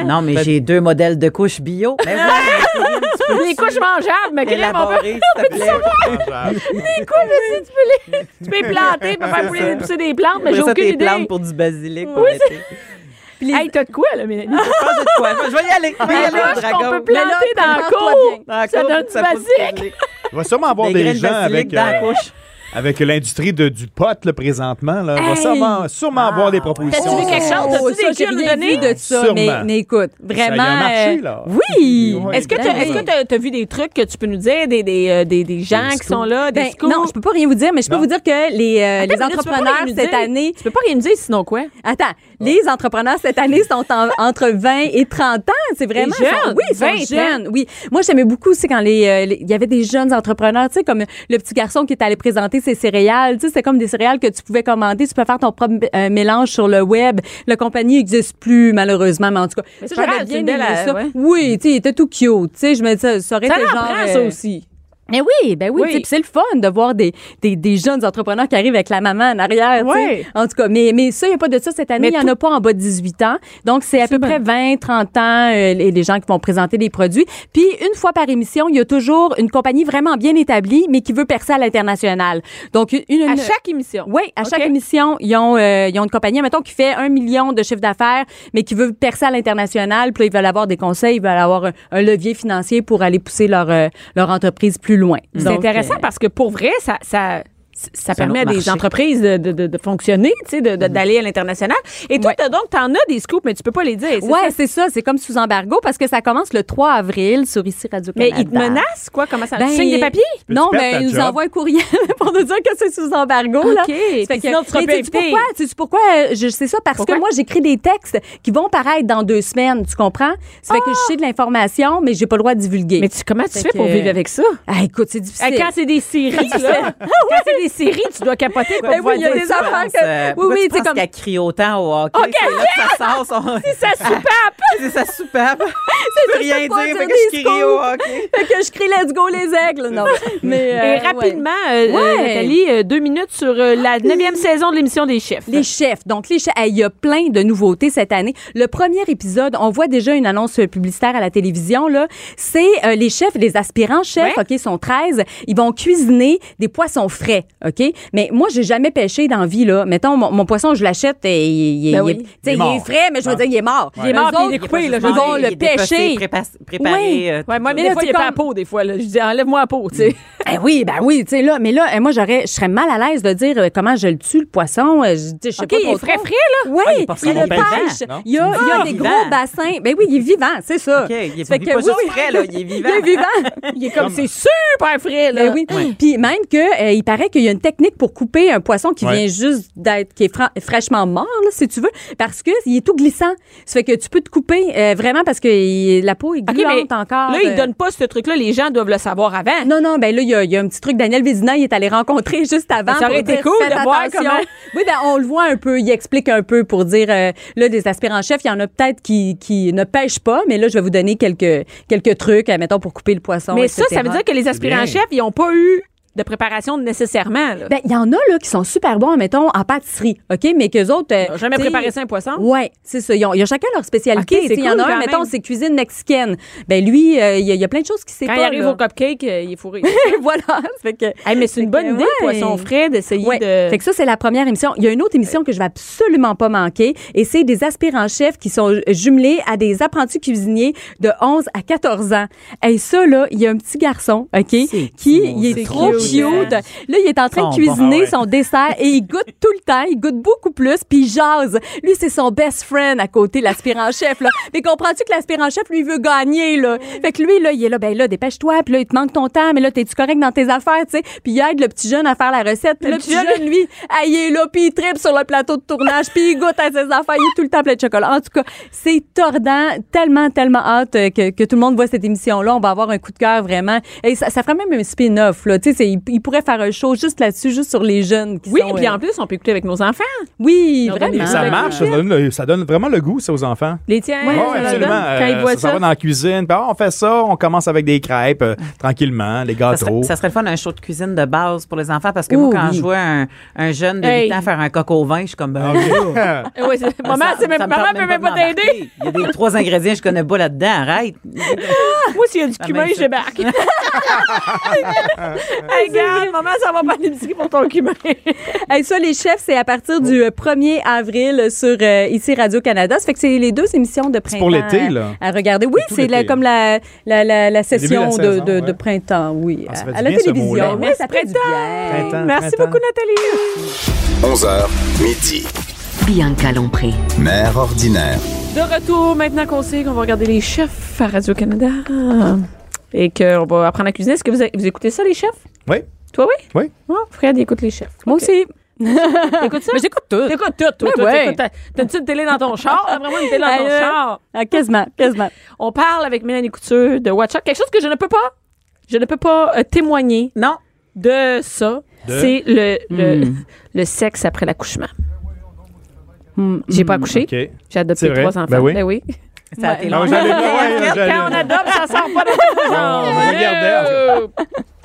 S3: hein?
S4: Non, mais j'ai deux modèles de couches bio. Ben oui, mais Cyril, tu peux
S3: hein. Des couches mangeables, mais crème, on peut,
S4: élaborer, s'il te plaît.
S3: des couches aussi, tu peux les, tu peux les planter, tu peux faire pousser, pousser des plantes, mais
S4: Après
S3: j'ai
S4: ça,
S3: aucune
S4: tes
S3: idée.
S4: plantes pour du basilic pour
S3: Oui,
S4: l'été.
S3: Hey, t'as de quoi, là, Mélanie?
S4: Pas de quoi. Je vais y aller. Je vais y
S3: Des
S4: aller,
S3: roches qu'on
S4: dragon.
S3: peut planter dans la
S5: prépare-toi
S3: cour.
S4: Dans la
S3: Ça
S4: couche,
S3: donne du
S4: pousse du
S3: basilic.
S4: basilic.
S6: Il va sûrement avoir
S4: Des
S6: des,
S4: graines de
S6: gens avec,
S4: basilic dans la
S6: euh,
S4: couche.
S6: avec l'industrie de- du pot, là, présentement. Là. Il va
S5: Hey!
S6: sûrement, sûrement avoir des propositions.
S3: Ah. T'as-tu vu quelque chose? T'as-tu
S5: Oh,
S3: des
S5: ça, j'ai
S3: culs à nous
S5: rien
S3: donner?
S5: vu de ça,
S6: Sûrement.
S5: mais, mais écoute, vraiment.
S6: Ça y a marché,
S5: euh,
S6: là.
S5: Ben Oui!
S6: Ouais.
S3: Est-ce que t'as est-ce que t'as- t'as vu des trucs que tu peux nous dire, des, des, euh, des, des gens qui sont là, des
S5: Ben,
S3: scoops?
S5: non, je peux pas rien vous dire, mais je peux
S6: Non.
S5: vous dire que les, euh, les
S3: Attends, mais là, tu peux pas
S5: entrepreneurs
S3: rien nous
S5: cette
S3: dire.
S5: année.
S3: Tu peux pas rien me dire sinon quoi?
S5: Attends, les entrepreneurs cette année sont en- entre 20 et 30 ans. C'est vraiment.
S3: Des
S5: ils sont-
S3: jeunes,
S5: oui, ils sont
S3: 20 ans.
S5: jeunes. Oui. Moi, j'aimais beaucoup aussi quand les, euh, les- il y avait des jeunes entrepreneurs, tu sais, comme le petit garçon qui est allé présenter ses céréales. Tu sais, c'est comme des céréales que tu pouvais commander. Tu peux faire ton propre euh, mélange sur le web. La compagnie n'existe plus, malheureusement, mais en tout cas.
S3: Mais c'est
S5: ça,
S3: pas grave, c'est une belle,
S5: aimé
S3: euh,
S5: ça.
S3: ouais.
S5: Oui, tu sais, il était tout cute. Tu sais, je me disais, ça aurait
S3: Ça
S5: été
S3: en
S5: genre.
S3: prend, ça
S5: euh,
S3: aussi.
S5: mais oui, ben oui,
S3: Oui.
S5: tu sais, puis c'est le fun de voir des, des, des jeunes entrepreneurs qui arrivent avec la maman en arrière. tu sais.
S3: Ouais.
S5: En tout cas, mais, mais ça, il n'y a pas de ça cette année.
S3: Mais
S5: Il n'y en a pas en bas de 18 ans. Donc, c'est à
S3: C'est
S5: peu
S3: bon.
S5: près 20, 30 ans, euh, les, les gens qui vont présenter des produits. Puis, une fois par émission, il y a toujours une compagnie vraiment bien établie, mais qui veut percer à l'international. Donc, une... une-
S3: À chaque émission.
S5: oui, à chaque
S3: OK.
S5: émission, ils ont, euh, ils ont une compagnie, mettons, qui fait un million de chiffre d'affaires, mais qui veut percer à l'international. Puis là, ils veulent avoir des conseils, ils veulent avoir un, un levier financier pour aller pousser leur, euh, leur entreprise plus loin.
S3: C'est
S5: Donc,
S3: intéressant
S5: euh,
S3: parce que pour vrai, ça, ça, ça
S4: C'est un
S3: permet à
S4: autre
S3: des
S4: marché.
S3: entreprises de, de, de, de fonctionner, tu sais, de- de- d'aller à l'international. Et toi,
S5: Mhm. Ouais.
S3: t'as donc, t'en as des scoops, mais tu peux pas les dire. c'est
S5: euh, Ouais,
S3: ça?
S5: c'est ça. C'est comme sous embargo parce que ça commence le 3 avril sur ici
S3: Mais
S5: Radio-Canada.
S3: ils te menacent, quoi? Comment ça?
S5: Ben,
S3: tu signes des papiers?
S6: peux te
S5: Non,
S6: perdre
S5: mais
S6: ta
S5: ils nous
S6: job.
S5: envoient un courriel pour nous dire que c'est sous embargo. Là.
S3: OK. Puis
S5: Fait que-
S3: sinon, tu seras
S5: mais
S3: pas
S5: sais-tu
S3: invité.
S5: pourquoi? Sais-tu pourquoi? euh, Je sais ça parce
S3: Pourquoi?
S5: que moi, j'écris des textes qui vont paraître dans deux semaines. Tu comprends? Ça fait que je sais de l'information, mais j'ai pas le droit de divulguer.
S3: Ah! Mais tu, comment tu
S5: Fait
S3: fais pour
S5: que-
S3: vivre avec ça?
S5: Ah, écoute, c'est difficile. Ah,
S3: Hey, Quand c'est des séries, là, quand c'est des des séries, tu dois capoter pour
S5: Ben
S3: voir
S5: oui, il y a
S3: dire
S5: des
S3: ça.
S5: affaires que-
S4: Euh, pourquoi
S5: oui,
S4: tu
S5: oui, c'est
S4: penses
S5: comme-
S4: qu'elle crie autant au hockey.
S5: Ok,
S4: c'est là que ça sort son...
S5: C'est sa soupape!
S4: C'est sa soupape. Je peux
S5: ça,
S4: rien
S5: je peux pas
S4: dire,
S5: dire
S4: fait que
S5: des
S4: je crie au
S5: scoops.
S4: hockey.
S5: Fait que je crie Let's go les aigles! Non. Mais, euh,
S3: Et
S5: ouais.
S3: rapidement, euh, euh,
S5: Ouais.
S3: Nathalie, euh, deux minutes sur euh, la neuvième saison de l'émission des chefs.
S5: Les chefs. Donc, les chefs, Ah, il y a plein de nouveautés cette année. Le premier épisode, on voit déjà une annonce euh, publicitaire à la télévision, là. C'est euh, les chefs, les aspirants chefs,
S3: Ouais.
S5: OK, sont 13. Ils vont cuisiner des poissons frais, OK? Mais moi, j'ai jamais pêché dans la vie, là. Mettons, mon, mon poisson, je l'achète et il, il-
S3: Ben
S5: il-
S3: oui.
S5: tu sais,
S6: Il est
S5: il, est
S6: mort.
S5: frais, mais je veux
S6: Ah.
S5: dire, il est mort.
S6: Il est
S3: mort,
S5: Eux
S3: puis il
S5: autres,
S3: est coupé, là,
S5: Ils vont le pêcher. Oui.
S4: Préparer. euh,
S3: Ouais, moi, mais
S5: Mais
S3: des
S5: là,
S3: fois, il
S5: c'est
S3: est pas à
S5: comme-
S3: peau, des fois. là. Je dis, enlève-moi la peau, tu sais.
S5: Eh oui, ben oui, tu sais, là. Mais là, eh, moi, j'aurais, je serais mal à l'aise de dire euh, comment je le tue, le poisson. euh, Je, dis, je sais
S3: OK,
S5: pas
S3: il est
S5: trop
S3: frais,
S5: trop.
S3: frais, là.
S5: Oui,
S4: Ah, il est pas
S5: il
S4: frais,
S5: le
S4: il est
S5: pêche.
S4: vivant, non?
S5: Il y a, il y a
S4: Ah,
S5: des
S4: vivant.
S5: gros bassins. Ben oui, il est vivant, c'est ça.
S4: OK, il est
S5: Fait
S4: il est
S5: que
S4: pas juste
S5: oui, oui.
S4: frais, là, il est vivant.
S5: Il est vivant.
S3: Il est comme, c'est super frais, là.
S5: Ben oui. Puis même que euh, il paraît qu'il y a une technique pour couper un poisson qui
S6: Ouais.
S5: vient juste d'être qui est fra- fraîchement mort là, si tu veux parce que il est tout glissant. Ça fait que tu peux te couper euh, vraiment parce que il- la peau est
S3: OK,
S5: glissante
S3: mais
S5: encore.
S3: Là,
S5: Euh,
S3: il donne pas ce truc-là. Les gens doivent le savoir avant.
S5: non, non, ben là, il y, a- il y a un petit truc. Daniel Vézina, il est allé rencontrer juste avant.
S3: Ça aurait été
S5: pour dire,
S3: cool
S5: Faites
S3: de voir
S5: attention.
S3: comment-
S5: Oui, ben on le voit un peu. Il explique un peu pour dire, euh, là, des aspirants-chefs, il y en a peut-être qui, qui ne pêchent pas, mais là, je vais vous donner quelques, quelques trucs, euh, mettons, pour couper le poisson,
S3: Mais ça,
S5: etc..
S3: ça veut dire que les aspirants-chefs, ils n'ont pas eu de préparation nécessairement. Là.
S5: Ben, il y en a, là, qui sont super bons, mettons, en pâtisserie, OK? Mais qu'eux autres... euh,
S3: Ils n'ont jamais
S5: t'sais,
S3: préparé ça un poisson.
S5: Ouais, c'est ça. Ils ont, ils ont chacun leur spécialité.
S3: Ok, c'est
S5: T'sais, il y en
S3: cool
S5: a un,
S3: quand
S5: mettons,
S3: même.
S5: c'est cuisine mexicaine. Ben lui, euh, il y, a- il y a plein de choses qui sait
S3: Quand
S5: pas.
S3: il arrive
S5: là.
S3: au cupcake, euh, il est fourré.
S5: voilà. Ça fait que-
S3: Hey, mais c'est une
S5: Fait
S3: bonne
S5: que,
S3: idée, le
S5: ouais.
S3: poisson frais, d'essayer
S5: Ouais.
S3: de.
S5: Fait que ça, c'est la première émission. Il y a une autre émission que je vais absolument pas manquer et c'est des aspirants-chefs qui sont jumelés à des apprentis cuisiniers de 11 à 14 ans. Et ça, là, il y a un petit garçon, OK, qui il est,
S4: c'est
S5: trop cute.
S4: cute.
S5: Là, il est en train de
S4: Ils sont
S5: cuisiner
S6: bons, ouais.
S5: son dessert et il goûte tout le temps, il goûte beaucoup plus, puis il jase. Lui, c'est son best friend à côté, l'aspirant-chef, là. Mais comprends-tu que l'aspirant-chef, lui, veut gagner, là? Fait que lui, là, il est là, ben là, dépêche-toi, puis là, il te manque ton temps, mais là, t'es-tu correct dans tes affaires, tu sais? Puis il aide le petit jeune à faire la recette, puis le, petit jeune, lui, ah, il est là, puis il tripe sur le plateau de tournage, puis il goûte à ses affaires, il est tout le temps plein de chocolat. En tout cas, c'est tordant, tellement, tellement hâte euh, que, que tout le monde voit cette émission-là. On va avoir un coup de cœur, vraiment. Et ça, ça ferait même un spin-off, là. Tu sais, c'est- il, il pourrait faire un show juste là-dessus, juste sur les jeunes qui
S3: oui,
S5: sont,
S3: puis
S5: euh,
S3: en plus, on peut écouter avec nos enfants.
S5: oui,
S3: Ils ont
S5: vraiment.
S3: donné-
S6: Ça marche, ça donne, le- ça donne vraiment le goût, ça, aux enfants.
S3: Les tiens,
S6: Oui,
S3: ça leur donne.
S6: absolument.
S3: quand ils
S6: Euh,
S3: voient
S6: ça, s'en
S3: ça.
S6: va dans la cuisine. puis, ah, on fait ça, on commence avec des crêpes, euh, tranquillement, les
S4: Ça serait,
S6: gâteaux.
S4: ça serait le fun un show de cuisine de base pour les enfants parce que
S5: Ouh,
S4: moi, quand
S5: oui.
S4: je vois un, un jeune de 8
S3: Hey.
S4: ans faire un coq au vin, je suis comme.
S6: Ah,
S4: Ben,
S3: Eh oui, c'est- maman,
S4: ça-
S3: c'est même-
S4: ça me
S3: maman
S4: tente
S3: peut même pas
S4: de m'embarquer.
S3: t'aider.
S4: Il y a des trois ingrédients que je connais pas là-dedans, arrête.
S3: Moi, s'il y a du cumin,
S4: même
S3: je débarque. hey, regarde, maman, ça va pas à l'épicerie pour ton cumin.
S5: Hey, ça, les chefs, c'est à partir du euh, 1er avril sur euh, ici Radio-Canada. Ça fait que c'est les deux émissions de printemps.
S6: pour l'été,
S5: à-
S6: là.
S5: À regarder. Oui,
S6: C'est tout
S5: c'est la-
S6: l'été.
S5: comme la, la, la,
S6: début de
S5: la session
S6: la
S5: de,
S6: saison,
S5: de-
S6: ouais.
S5: de printemps, oui.
S6: Ah, ça
S5: à
S6: fait
S5: à
S6: du
S5: la
S6: bien, ce
S5: télévision.
S6: mot-là.
S5: Oui, ça fait du bien.
S6: Printemps,
S3: Merci
S6: printemps.
S3: beaucoup, Nathalie.
S2: 11h, midi.
S1: Bianca Lompré.
S2: Mère ordinaire.
S3: De retour, maintenant qu'on sait qu'on va regarder les chefs à Radio-Canada et qu'on va apprendre à cuisiner, est-ce que vous, vous écoutez ça, les chefs?
S6: Oui.
S3: Toi, oui?
S6: Oui.
S3: Ah, Fred, il écoute les chefs.
S5: Moi
S3: Ok.
S5: aussi.
S3: T'écoutes ça?
S5: Mais j'écoute tout.
S3: T'écoutes tout, toi.
S5: Mais
S3: toi,
S5: ouais.
S3: t'écoutes ta- T'as-tu une télé dans ton char? T'as vraiment une télé dans ton
S5: Aïe, aïe.
S3: char?
S5: Ah, quasiment, quasiment.
S3: On parle avec Mélanie Couture de Watch Out. Quelque chose que je ne peux pas, je ne peux pas euh, témoigner
S4: Non.
S3: de ça.
S6: De-
S3: C'est le, le,
S5: Hmm.
S3: le sexe après l'accouchement.
S5: Hmm.
S3: J'ai pas accouché.
S6: OK.
S3: J'ai adopté
S6: C'est vrai.
S3: trois enfants.
S6: Ben oui.
S4: Ça a été
S6: Ah,
S4: long.
S6: j'allais- ouais, j'allais-
S3: Quand on adopte, ça sort pas de tout
S6: on regardait.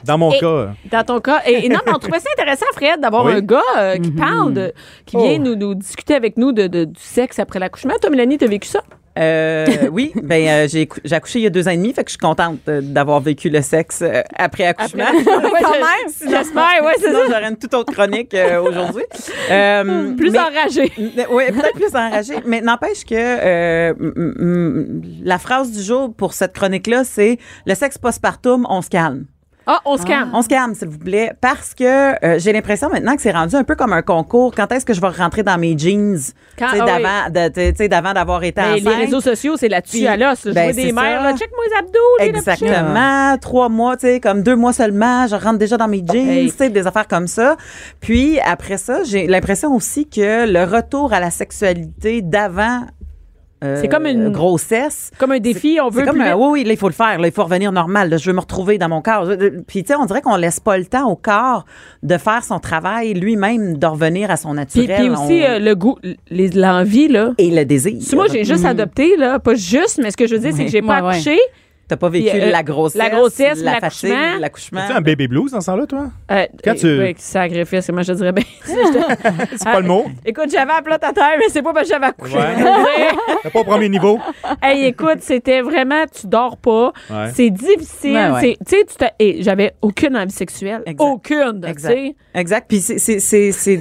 S6: Dans mon
S3: Et- ben,
S6: cas, euh,
S3: Dans ton cas. Et, et non, mais on trouvait ça intéressant, Fred, d'avoir
S6: Oui.
S3: un gars euh,
S4: Mm-hmm.
S3: qui parle, de- qui vient nous, nous discuter avec nous de, de- du sexe après l'accouchement. Toi, Mélanie, t'as vécu ça?
S4: Euh, oui, ben euh, j'ai cou- j'ai accouché il y a deux ans et demi, fait que je suis contente euh, d'avoir vécu le sexe euh, après accouchement.
S3: quand même! J'espère, ouais, c'est
S4: Sinon,
S3: ça.
S4: j'aurais une toute autre chronique euh, aujourd'hui. Euh,
S3: Plus
S4: mais-
S3: enragé.
S4: Oui, peut-être plus enragé. Mais n'empêche que euh, m- m- la phrase du jour pour cette chronique-là, c'est le sexe postpartum, on se calme.
S3: Ah, on se calme.
S4: On se calme, s'il vous plaît, parce que euh, j'ai l'impression maintenant que c'est rendu un peu comme un concours. Quand est-ce que je vais rentrer dans mes jeans?
S3: Quand-
S4: Tu sais,
S3: ah oui.
S4: d'avant, de- tu sais, d'avant d'avoir été
S3: Ben,
S4: enceinte.
S3: les réseaux sociaux, c'est là-dessus
S4: Puis,
S3: à l'os. Je
S4: ben,
S3: vois des
S4: c'est
S3: mères,
S4: ça.
S3: là, check moi les abdos, j'ai
S4: Exactement. Trois mois, tu sais, comme deux mois seulement, je rentre déjà dans mes jeans,
S3: Hey.
S4: tu sais, des affaires comme ça. Puis après ça, j'ai l'impression aussi que le retour à la sexualité d'avant euh,
S3: C'est comme une-
S4: grossesse.
S3: Comme un défi, on veut
S4: C'est comme,
S3: plus vite.
S4: un, oui, oui, là, il faut le faire. là, il faut revenir normal. là, je veux me retrouver dans mon corps. Je- Puis, tu sais, on dirait qu'on laisse pas le temps au corps de faire son travail lui-même, de revenir à son
S3: Puis,
S4: naturel.
S3: puis aussi
S4: On- Mm.
S3: euh, le goût, les- l'envie, là.
S4: et le désir.
S3: Si moi, j'ai juste adopté, là, pas juste, mais ce que je veux dire, c'est que j'ai pas
S5: Ouais, ouais.
S3: accouché.
S4: T'as pas vécu
S3: Puis, euh,
S4: la grossesse,
S3: la grossesse,
S4: la
S3: l'accouchement.
S4: fatigue, l'accouchement.
S6: T'as un baby blues dans ce temps-là, toi?
S3: Euh,
S6: Quand
S3: euh,
S6: tu-
S3: ouais, sacrifice, moi, je dirais bien.
S6: C'est
S3: Ah,
S6: pas le mot.
S3: Écoute, j'avais un plat à terre, mais c'est pas parce que j'avais accouché.
S6: Ouais. T'es pas au premier niveau.
S3: hey, écoute, c'était vraiment, tu dors pas.
S6: Ouais.
S3: C'est difficile.
S4: Ouais, ouais.
S3: c'est- Tu sais, tu t'as- et j'avais aucune envie sexuelle.
S4: Exact.
S3: Aucune. tu
S4: Exact.
S3: sais.
S4: Exact. Puis c'est- c'est- c'est- c'est-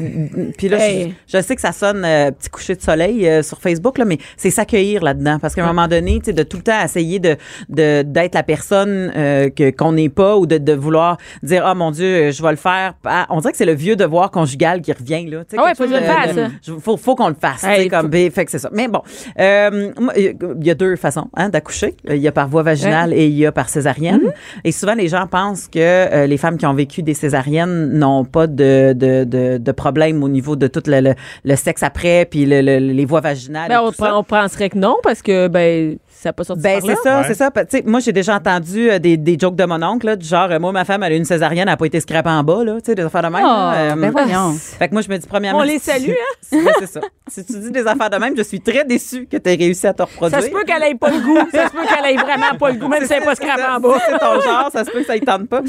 S4: puis là,
S3: Hey.
S4: je, je sais que ça sonne euh, petit coucher de soleil euh, sur Facebook là, mais c'est s'accueillir là-dedans parce qu'à un moment donné, tu sais, de tout le temps essayer de de- d'être la personne euh, que qu'on n'est pas ou de, de vouloir dire ah mon Dieu, euh, je vais le faire. Ah, on dirait que c'est le vieux devoir conjugal qui revient là. Tu sais,
S3: Ah ouais,
S4: quelque
S3: faut
S4: chose
S3: que je le
S4: de-
S3: fasse,
S4: de-
S3: ça.
S4: je- faut faut qu'on le fasse. tu sais,
S3: Hey,
S4: comme ben, fait que c'est ça. Mais bon, euh, moi, il y a deux façons hein, d'accoucher. Il y a par voie vaginale et il y a par césarienne.
S3: Mm-hmm.
S4: Et souvent, les gens pensent que euh, les femmes qui ont vécu des césariennes n'ont pas de, de, de, de problème au niveau de tout le, le, le sexe après, puis le- le- les voies vaginales.
S3: Ben,
S4: et
S3: on,
S4: tout ça.
S3: prend- on penserait que non, parce que, ben, ça n'a pas sorti
S4: Ben,
S3: par là.
S4: c'est ça,
S6: Ouais.
S4: c'est ça. Tu sais, moi, j'ai déjà entendu euh, des, des jokes de mon oncle, là, du genre, euh, moi, ma femme, elle a eu une césarienne, elle n'a pas été scrapée en bas, là, tu sais, des affaires de même. là. Euh,
S5: ben voyons.
S4: Fait que moi, je me dis, premièrement.
S3: Ah, On les
S4: si tu-
S3: salue, hein?
S4: Ouais, c'est ça. Si tu dis des affaires de même, je suis très déçue que tu aies réussi à te reproduire.
S3: Ça se peut qu'elle ait pas le goût. Ça se peut qu'elle ait vraiment pas le goût, même si elle n'est pas scrapée en bas.
S4: Si C'est ton genre, ça Euh. se peut que ça ne tente pas.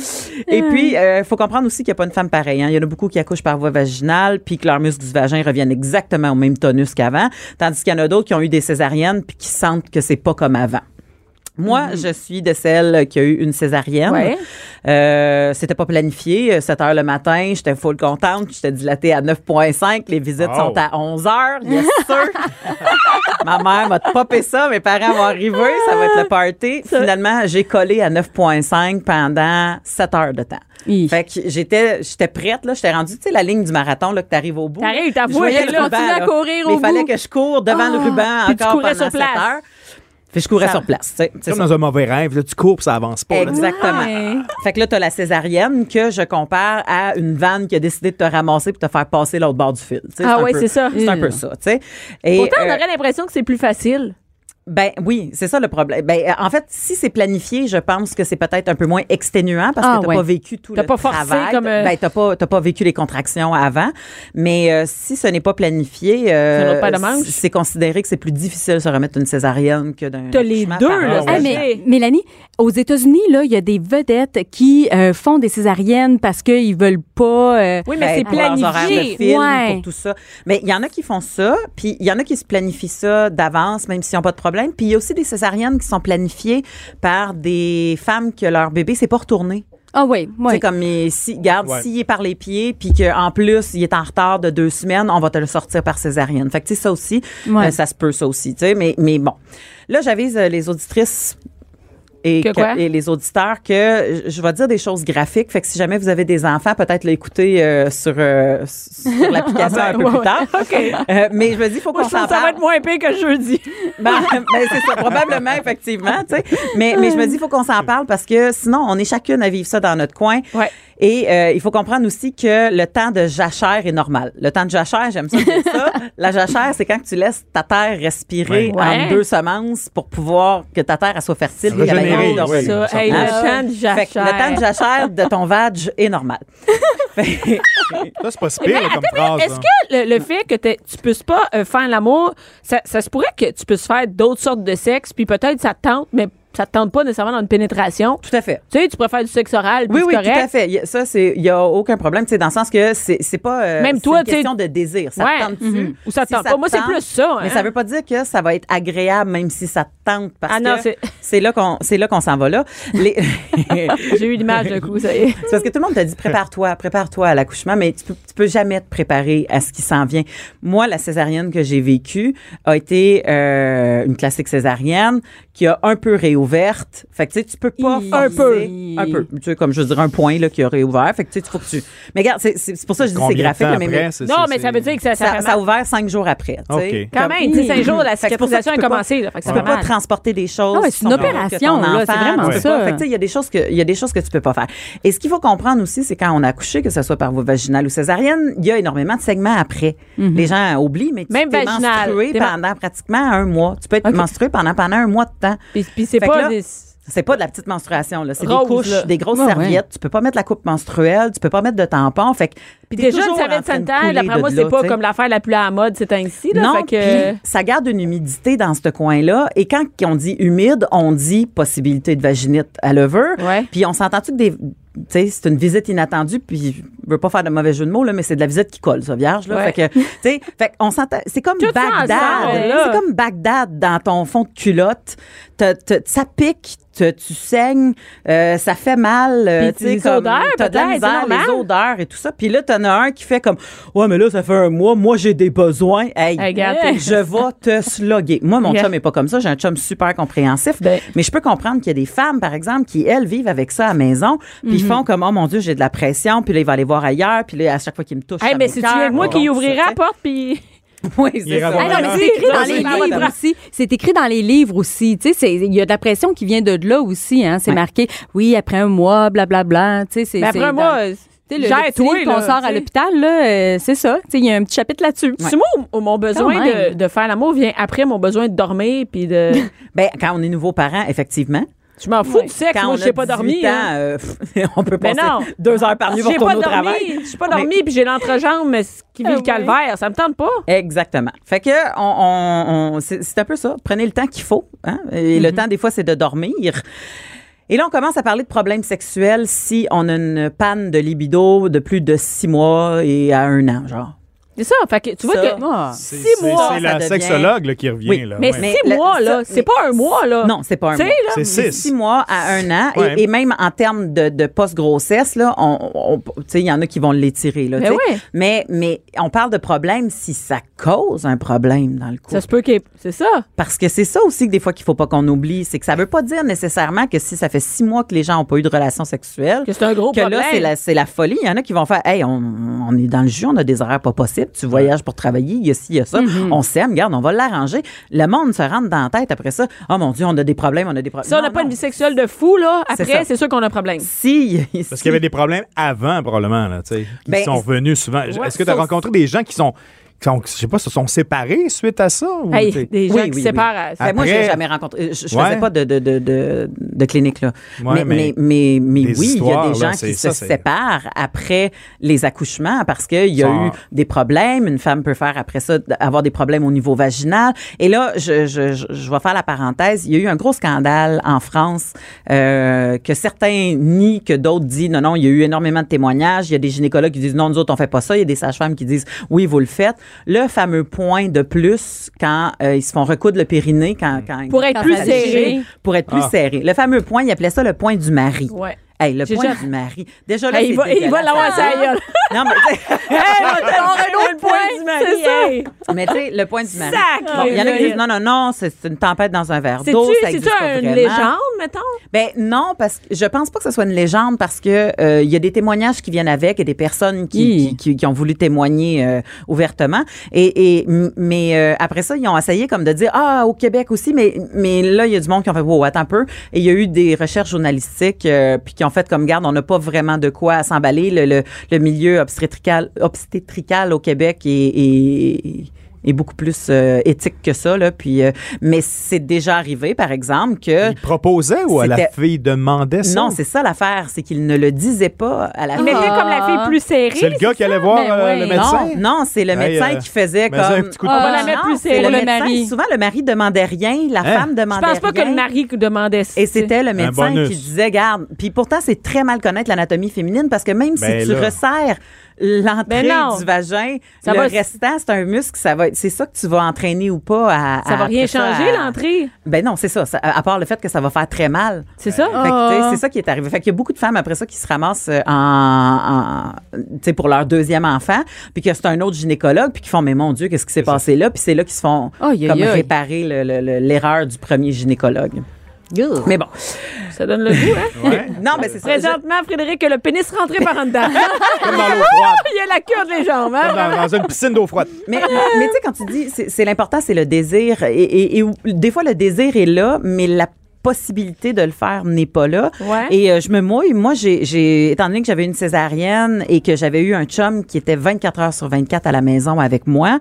S4: Et puis, il faut comprendre aussi qu'il n'y a pas une femme pareille. hein. Il y en a beaucoup qui accouchent par voie vaginale, puis que leurs muscles du vagin reviennent exactement au même tonus qu'avant, tandis qu'il y en a d'autres qui ont eu des césariennes, puis qui sentent que c'est pas comme avant. Moi, je suis de celle qui a eu une césarienne.
S3: Ouais.
S4: Euh, c'était pas planifié. 7 heures le matin, j'étais full contente. J'étais dilatée à 9,5. Les visites
S6: Oh.
S4: sont à 11 heures. Yes, sir. Ma mère m'a popé ça. Mes parents vont arriver. Ça va être le party. Finalement, j'ai collé à 9,5 pendant 7 heures de temps.
S5: Hi.
S4: Fait que j'étais, j'étais prête, là. J'étais rendue, tu sais, la ligne du marathon, là, que t'arrives au bout.
S3: T'arrives,
S4: Je
S3: t'avoues,
S4: voyais
S3: t'es
S4: le
S3: là.
S4: ruban,
S5: Continue à
S4: là.
S5: courir au
S4: Mais il fallait
S5: bout.
S4: que je cours devant le ruban
S3: Ah. Puis tu
S4: encore
S3: courais
S4: pendant
S3: sur
S4: 7
S3: place.
S4: heures. Puis je courais sur place, tu sais. C'est
S6: C'est comme
S4: ça.
S6: dans un mauvais rêve. Là, tu cours puis ça avance pas. là.
S4: Exactement. Fait que là, t'as la césarienne que je compare à une vanne qui a décidé de te ramasser pour te faire passer l'autre bord du fil. Tu sais,
S3: Ah
S4: un
S3: ouais,
S4: peu-
S3: c'est ça.
S4: C'est un peu ça, tu sais. Et,
S3: Autant on
S4: euh,
S3: aurait l'impression que c'est plus facile.
S4: ben oui, c'est ça le problème. Ben euh, en fait, si c'est planifié, je pense que c'est peut-être un peu moins exténuant parce
S5: Ah,
S4: que t'as
S5: ouais.
S4: pas vécu tout
S3: T'as
S4: le
S3: pas forcé
S4: travail.
S3: comme, euh,
S4: Ben t'as pas t'as pas vécu les contractions avant. Mais euh, si ce n'est pas planifié, euh,
S3: Ça n'aura pas de manche.
S4: c- c'est considéré que c'est plus difficile de se remettre d'une césarienne que d'un.
S3: T'as les
S4: accouchement
S3: deux,
S4: par
S3: là. Eh,
S4: voie
S6: Ah,
S5: Ah,
S3: ouais.
S5: mais
S3: Ouais.
S5: Mélanie, aux États-Unis, là, il y a des vedettes qui euh, font des césariennes parce qu'ils veulent pas. euh,
S3: Oui,
S4: Ben,
S3: mais c'est
S4: pour leurs horaires
S3: planifié.
S4: de film,
S5: Ouais.
S4: pour tout ça. Mais il y en a qui font ça, puis il y en a qui se planifient ça d'avance, même s'ils n'ont pas de problème. Puis il y a aussi des césariennes qui sont planifiées par des femmes que leur bébé s'est pas retourné.
S5: Ah oui,
S4: C'est
S5: oui.
S4: comme, mais si, garde,
S6: Ouais.
S4: s'il est par les pieds, puis qu'en plus, il est en retard de deux semaines, on va te le sortir par césarienne. Fait que, tu sais, ça aussi,
S5: Ouais.
S4: euh, ça se peut, ça aussi, tu sais, mais, mais bon. Là, j'avise euh, les auditrices et,
S3: Que
S4: que-
S3: quoi?
S4: et les auditeurs que je- je vais dire des choses graphiques. Fait que si jamais vous avez des enfants, peut-être l'écouter euh, sur, euh, sur l'application un
S3: Ah ben,
S4: peu
S3: Ouais,
S4: plus
S3: ouais.
S4: tard.
S3: OK.
S4: Euh, mais je me dis, il faut
S3: Moi,
S4: qu'on
S3: je trouve
S4: s'en
S3: que ça va
S4: parle.
S3: être moins pire que jeudi.
S4: Ben, ben, c'est ça, probablement, effectivement. tu sais. Mais, mais je me dis, il faut qu'on s'en parle parce que sinon, on est chacune à vivre ça dans notre coin.
S3: Ouais.
S4: Et euh, il faut comprendre aussi que le temps de jachère est normal. Le temps de jachère, j'aime ça dire ça. La jachère, c'est quand tu laisses ta terre respirer
S3: Ouais.
S4: en
S3: Ouais.
S4: deux semences pour pouvoir que ta terre elle soit fertile. et qu'elle ait
S6: Régénérer,
S4: envie de
S6: oui.
S4: repousser.
S3: Ça, hey, le
S4: Ah,
S3: temps de
S4: Fait que le
S3: jachère.
S4: temps de jachère de ton vag est normal. Fait-
S6: Ça, c'est pas si pire là, comme phrase.
S3: Est-ce
S6: hein.
S3: que le, le fait que t'aies- tu puisses pas euh, faire l'amour, ça, ça se pourrait que tu puisses faire d'autres sortes de sexe, puis peut-être ça te tente, mais ça te tente pas nécessairement dans une pénétration.
S4: tout à fait.
S3: Tu sais, tu préfères du sexe oral, puis
S4: Oui,
S3: c'est
S4: oui,
S3: correct.
S4: tout à fait. Il y a- Ça, c'est, il y a aucun problème. Tu sais, dans le sens que c'est, c'est pas. euh,
S3: Même
S4: c'est
S3: toi,
S4: une
S3: tu sais-
S4: question de désir. Ça
S3: Ouais.
S4: te tente-tu?
S3: Mhm. Ou ça te
S4: Si
S3: tente pas. Moi,
S4: te
S3: c'est
S4: tente,
S3: plus ça,
S4: Mais
S3: hein.
S4: ça veut pas dire que ça va être agréable, même si ça te tente, parce
S3: Ah non,
S4: que
S3: c'est-
S4: c'est là qu'on, c'est là qu'on s'en va là. Les-
S3: J'ai eu l'image d'un coup, ça y est.
S4: C'est parce que tout le monde t'a dit prépare-toi, prépare-toi à l'accouchement, mais tu peux, tu peux jamais te préparer à ce qui s'en vient. Moi, la césarienne que j'ai vécue a été euh, une classique césarienne qui a un peu réouvert ouverte. Fait que tu sais, tu peux pas
S3: Un peu.
S4: forcer. Un peu. Tu sais, comme je dirais un point là, qui aurait ouvert. Fait que tu sais, tu faut que tu. Mais regarde, c'est- c'est c'est pour ça que je dis que c'est
S6: Combien de
S4: graphique,
S6: temps
S4: là, mais, mais
S6: après, c'est-
S8: Non,
S6: c'est-
S8: mais ça veut dire que ça, ça,
S4: ça, ça a ouvert cinq jours après. tu sais.
S6: OK.
S8: Quand
S4: Comme-
S8: même, 15 jours, la
S4: Fait que c'est pour ça que
S8: cicatrisation
S4: tu
S8: a
S4: peux pas-
S8: commencé. là, fait que
S4: Tu
S8: c'est
S4: peux
S8: pas
S4: pas
S8: mal.
S4: transporter des choses.
S5: Ah ouais,
S4: qui
S5: c'est une
S4: sont propres
S5: opération,
S4: que ton
S5: là, c'est
S4: enfant,
S5: vraiment
S4: tu peux
S5: ça.
S4: pas. Fait que, tu sais, il y a des choses que il y a des choses que tu peux pas faire. Et ce qu'il faut comprendre aussi, c'est quand on a accouché, que ce soit par voie vaginale ou césarienne, il y a énormément de segments après. Les gens oublient, mais tu
S8: Mhm. Même
S4: t'es
S8: vaginale.
S4: menstrué
S8: T'es ma-
S4: pendant pratiquement un mois. Tu peux être
S5: Ok.
S4: menstrué pendant pendant un mois de temps.
S8: Puis, puis c'est
S4: Fait que
S8: pas
S4: là,
S8: des-
S4: C'est pas de la petite menstruation, là. C'est des
S8: Rose,
S4: couches,
S8: là.
S4: des grosses
S5: Ouais, ouais.
S4: serviettes. Tu peux pas mettre la coupe menstruelle, tu peux pas mettre de tampon. Fait que
S8: Puis
S4: t'es
S8: déjà, une
S4: toujours en
S8: serviette
S4: train de
S8: sanitaire,
S4: couler
S8: d'après
S4: de
S8: moi,
S4: là,
S8: c'est pas
S4: tu sais.
S8: comme l'affaire la plus à la mode ces temps-ci. là,
S4: Non,
S8: fait que-
S4: puis ça garde une humidité dans ce coin-là. Et quand on dit humide, on dit possibilité de vaginite à levure.
S8: Ouais.
S4: Puis on s'entend-tu que des... tu sais, c'est une visite inattendue, puis je veux pas faire de mauvais jeu de mots, là, mais c'est de la visite qui colle, ça, vierge. Là.
S8: Ouais.
S4: Fait que, tu sais, fait qu'on s'entend. C'est comme
S8: Tout ça
S4: Bagdad.
S8: ensemble, là.
S4: C'est comme Bagdad dans ton fond de culotte. Te- te- ça pique, te- tu saignes, euh, ça fait mal. euh,
S8: Puis
S4: tu sais,
S8: les
S4: comme,
S8: odeurs,
S4: t'as de la
S8: peut-être, c'est
S4: misère,
S8: normal.
S4: les odeurs et tout ça. Puis là, t'en as un qui fait comme Ouais, mais là, ça fait un mois, moi, j'ai des besoins. Hey,
S8: Hey, regarde,
S4: Hey,
S8: t'es-
S4: je vais te sloguer. Moi, mon
S8: Yeah.
S4: chum est pas comme ça. J'ai un chum super compréhensif.
S8: Ben.
S4: Mais je peux comprendre qu'il y a des femmes, par exemple, qui, elles, vivent avec ça à la maison. Puis
S8: Mhm.
S4: ils font comme, oh mon Dieu, j'ai de la pression. Puis là, il va aller voir ailleurs. Puis là, à chaque fois qu'il me touche,
S8: Hey,
S4: ça
S8: mais
S4: m'écoeure.
S8: c'est-tu rien que moi qui
S4: Bon,
S8: ouvrirai
S4: ça,
S8: la porte, puis...
S4: tu sais. Oui, c'est
S6: ira
S4: ça.
S6: voir
S5: Ah non, mais c'est écrit dans les livres aussi. C'est écrit dans les livres aussi. Tu sais, c'est- il y a de la pression qui vient de là aussi. Hein. C'est
S4: Ouais.
S5: marqué, oui, après un mois, blablabla. Tu sais, c'est.
S8: Mais
S5: c'est
S8: après,
S5: dans-
S8: moi,
S5: tu sais, le,
S8: gère
S5: le petit
S8: toi,
S5: livre qu'on
S8: là,
S5: sort
S8: tu
S5: à
S8: sais.
S5: l'hôpital, là, euh, c'est ça. Tu sais, il y a un petit chapitre là-dessus.
S8: Tu sais, moi, où- où mon besoin de,
S5: même.
S8: de faire l'amour vient après mon besoin de dormir, puis de...
S4: Ben, quand on est nouveau parent, effectivement.
S8: Je m'en fous du sexe,
S4: Quand
S8: moi,
S4: on
S8: j'ai
S4: a
S8: pas
S4: 18
S8: dormi.
S4: ans,
S8: hein.
S4: euh, pff, on peut
S8: Ben
S4: passer
S8: non.
S4: deux heures par nuit pour
S8: J'ai
S4: retourner
S8: pas
S4: au travail.
S8: dormi, j'ai pas dormi, puis j'ai l'entrejambe mais ce qui vit le calvaire, ça me tente pas.
S4: Exactement. Fait que on, on- on- c'est c'est un peu ça. Prenez le temps qu'il faut. hein. Et
S8: Mm-hmm.
S4: le temps, des fois, c'est de dormir. Et là, on commence à parler de problèmes sexuels si on a une panne de libido de plus de six mois et à un an, genre.
S8: C'est ça, fait que tu vois
S4: Ça,
S8: que...
S6: C'est
S4: six
S6: c'est-
S4: mois,
S6: C'est
S4: ça
S6: la
S4: devient-
S6: sexologue là, qui revient.
S4: Oui.
S6: là.
S8: Mais
S6: Ouais.
S8: six
S4: le-
S8: mois,
S4: ça-
S8: là, c'est
S4: mais-
S8: pas un mois, là.
S4: Non, c'est pas un
S8: Tu sais,
S4: mois.
S8: là,
S6: C'est
S4: Mais
S6: six.
S4: Six mois à un an. Et-
S6: Ouais.
S4: Et, même en termes de, de post-grossesse, là, on, on- tu sais, il y en a qui vont l'étirer. là,
S8: Mais
S4: tu sais.
S8: ouais.
S4: mais, mais on parle de problème si ça cause un problème dans le couple.
S8: Ça se peut qu'il... C'est ça.
S4: Parce que c'est ça aussi que des fois qu'il faut pas qu'on oublie, c'est que ça veut pas dire nécessairement que si ça fait six mois que les gens ont pas eu de relation sexuelle,
S8: Que c'est un gros
S4: que
S8: problème.
S4: là c'est la, c'est la folie. Il y en a qui vont faire, hey, on, on est dans le jus, on a des horaires pas possibles, tu voyages pour travailler, il y a ci, il y a ça,
S8: Mm-hmm.
S4: on s'aime, regarde, on va l'arranger. Le monde se rentre dans la tête après ça. Oh mon Dieu, on a des problèmes, on a des problèmes.
S8: Si on n'a
S4: Non,
S8: pas
S4: non.
S8: une vie sexuelle de fou, là,
S4: C'est
S8: après,
S4: ça.
S8: c'est sûr qu'on a un problème.
S4: Si,
S6: Parce qu'il y avait des problèmes avant, probablement, là, tu sais, qui
S4: Ben,
S6: sont revenus souvent. Est-ce que tu as
S4: sauf-
S6: rencontré des gens qui sont, qui sont, je sais pas, se sont séparés suite à ça? ou,
S8: Hey,
S6: tu sais?
S8: des gens
S4: Oui,
S8: qui
S4: oui,
S8: se
S4: oui.
S8: séparent. à-
S4: Ben, moi, j'ai
S6: Après-
S4: jamais rencontré. Je, je
S6: Ouais.
S4: faisais pas de, de, de, de, de clinique, là. mais,
S6: Ouais, mais
S4: mais, mais, mais
S6: des
S4: oui, il y a
S6: histoires,
S4: des gens
S6: là, c'est-
S4: qui
S6: ça,
S4: se
S6: c'est-
S4: séparent après les accouchements parce qu'il y a
S6: Sont-
S4: eu des problèmes. Une femme peut faire après ça, d- avoir des problèmes au niveau vaginal. Et là, je, je, je, je vais faire la parenthèse. Il y a eu un gros scandale en France euh, que certains nient, que d'autres disent non, non, il y a eu énormément de témoignages. Il y a des gynécologues qui disent non, nous autres, on fait pas ça. Il y a des sages-femmes qui disent oui, vous le faites. Le fameux point de plus quand euh, ils se font recoudre le périnée, quand, quand
S8: Pour être
S4: quand
S8: plus
S4: ça déchire,
S8: serré.
S4: Pour être plus
S6: Ah.
S4: serré. Le fameux point, il appelait ça le point du mari.
S8: Ouais.
S4: Hey, le
S8: Oh. J'ai
S4: point
S8: déjà-
S4: du mari. Déjà là,
S8: Hey, il
S4: c'est
S8: va- il va
S4: dégueulasse.
S8: l'avoir à sa gueule.
S4: Non, mais tu sais-
S8: un autre point, c'est ça.
S4: mais tu sais, le point du mari.
S8: Sacré
S4: Bon, il y en a qui
S8: Noël.
S4: disent non, non, non, c'est c'est une tempête dans un verre
S8: C'est-tu
S4: d'eau. ça
S8: c'est-tu
S4: existe pas
S8: une
S4: vraiment.
S8: légende, mettons?
S4: Ben non, parce que je pense pas que ce soit une légende parce que euh, il y a des témoignages qui viennent avec et des personnes qui, qui, qui- qui ont voulu témoigner euh, ouvertement. Et, et m- mais euh, après ça, ils ont essayé comme de dire ah au Québec aussi, mais mais là il y a du monde qui ont fait wow attends un peu. Et il y a eu des recherches journalistiques euh, puis qui ont fait comme garde on n'a pas vraiment de quoi s'emballer. Le, le, le milieu obstétrical obstétrical au Québec et est beaucoup plus euh, éthique que ça là puis euh, mais c'est déjà arrivé par exemple que
S6: Ils proposaient ou à la
S4: C'était-
S6: fille demandait ça?
S4: non, c'est ça l'affaire, c'est qu'il ne le disait pas à la
S8: Il mettait comme la fille plus serrée.
S6: C'est le gars qui allait voir
S8: Ben
S6: euh,
S8: oui.
S6: le médecin?
S4: Non, non, c'est le
S6: Hey,
S4: médecin
S6: euh,
S4: qui faisait
S6: mais ça, un
S4: comme.
S6: petit coup de
S8: Ah,
S6: poing.
S8: on va la mettre
S4: Non,
S8: plus
S4: c'est
S8: serrée.
S4: le,
S8: Le
S4: médecin.
S5: mari.
S4: Souvent, le mari demandait rien, la
S6: Hein?
S4: femme
S8: Je
S4: demandait
S8: pense pas que
S4: rien.
S8: le mari demandait ça.
S4: Et c'était le médecin
S6: bonus.
S4: qui disait, garde. Puis pourtant, c'est très mal connaître l'anatomie féminine parce que même
S6: Ben
S4: si tu
S6: là.
S4: resserres l'entrée
S8: Ben non.
S4: du vagin,
S8: Ça
S4: le
S8: va-
S4: restant, c'est un muscle, ça va être- c'est ça que tu vas entraîner ou pas à.
S8: Ça
S4: à-
S8: va rien
S4: après ça,
S8: changer,
S4: à-
S8: l'entrée.
S4: Ben non, c'est ça, ça- À part le fait que ça va faire très mal.
S8: C'est ça?
S4: Fait que,
S5: Oh.
S4: tu sais, c'est ça qui est arrivé. Fait qu'il y a beaucoup de femmes après ça qui se ramassent euh, en, en- tu sais, pour leur deuxième enfant, puis que c'est un autre gynécologue, puis qui font mais mon Dieu, qu'est-ce qui s'est passé là Puis c'est là qu'ils se font
S5: Oh, Aïe, aïe,
S4: comme
S5: aïe.
S4: réparer le- le- le- l'erreur du premier gynécologue. Mais bon.
S8: Ça donne le goût, hein?
S6: Ouais.
S4: Non, mais c'est ça. Je-
S8: Présentement, Frédéric, que le pénis rentré par en dedans.
S6: Comme dans l'eau froide.
S8: Il a la queue de les jambes, hein?
S6: Comme dans, dans une piscine d'eau froide.
S4: Mais, mais tu sais, quand tu dis, c'est c'est l'important, c'est le désir. Et, et- et où- des fois, le désir est là, mais la possibilité de le faire n'est pas là.
S8: Ouais.
S4: Et euh, je me mouille. Moi, j'ai, j'ai- étant donné que j'avais une césarienne et que j'avais eu un chum qui était 24 heures sur 24 à la maison avec moi,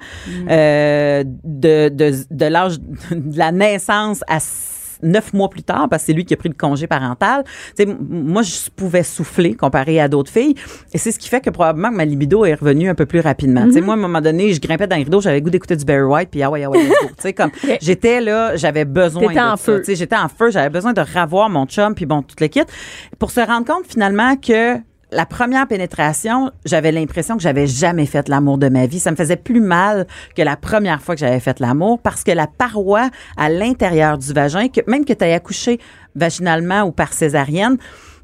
S4: euh, de, de, de l'âge de la naissance à s- neuf mois plus tard, parce que c'est lui qui a pris le congé parental. Tu sais, m- moi, je pouvais souffler comparé à d'autres filles. Et c'est ce qui fait que probablement que ma libido est revenue un peu plus rapidement. Tu sais, moi, à un moment donné, je grimpais dans les rideaux, j'avais le goût d'écouter du Barry White, puis ah ouais, ah ouais, let's go. Tu sais, comme, j'étais là, j'avais besoin
S8: T'étais
S4: de
S8: en
S4: ça.
S8: feu.
S4: Tu sais, j'étais en feu, j'avais besoin de revoir mon chum, puis bon, tout le kit. Pour se rendre compte, finalement, que la première pénétration, j'avais l'impression que j'avais jamais fait l'amour de ma vie. Ça me faisait plus mal que la première fois que j'avais fait l'amour parce que la paroi à l'intérieur du vagin, que même que tu aies accouché vaginalement ou par césarienne,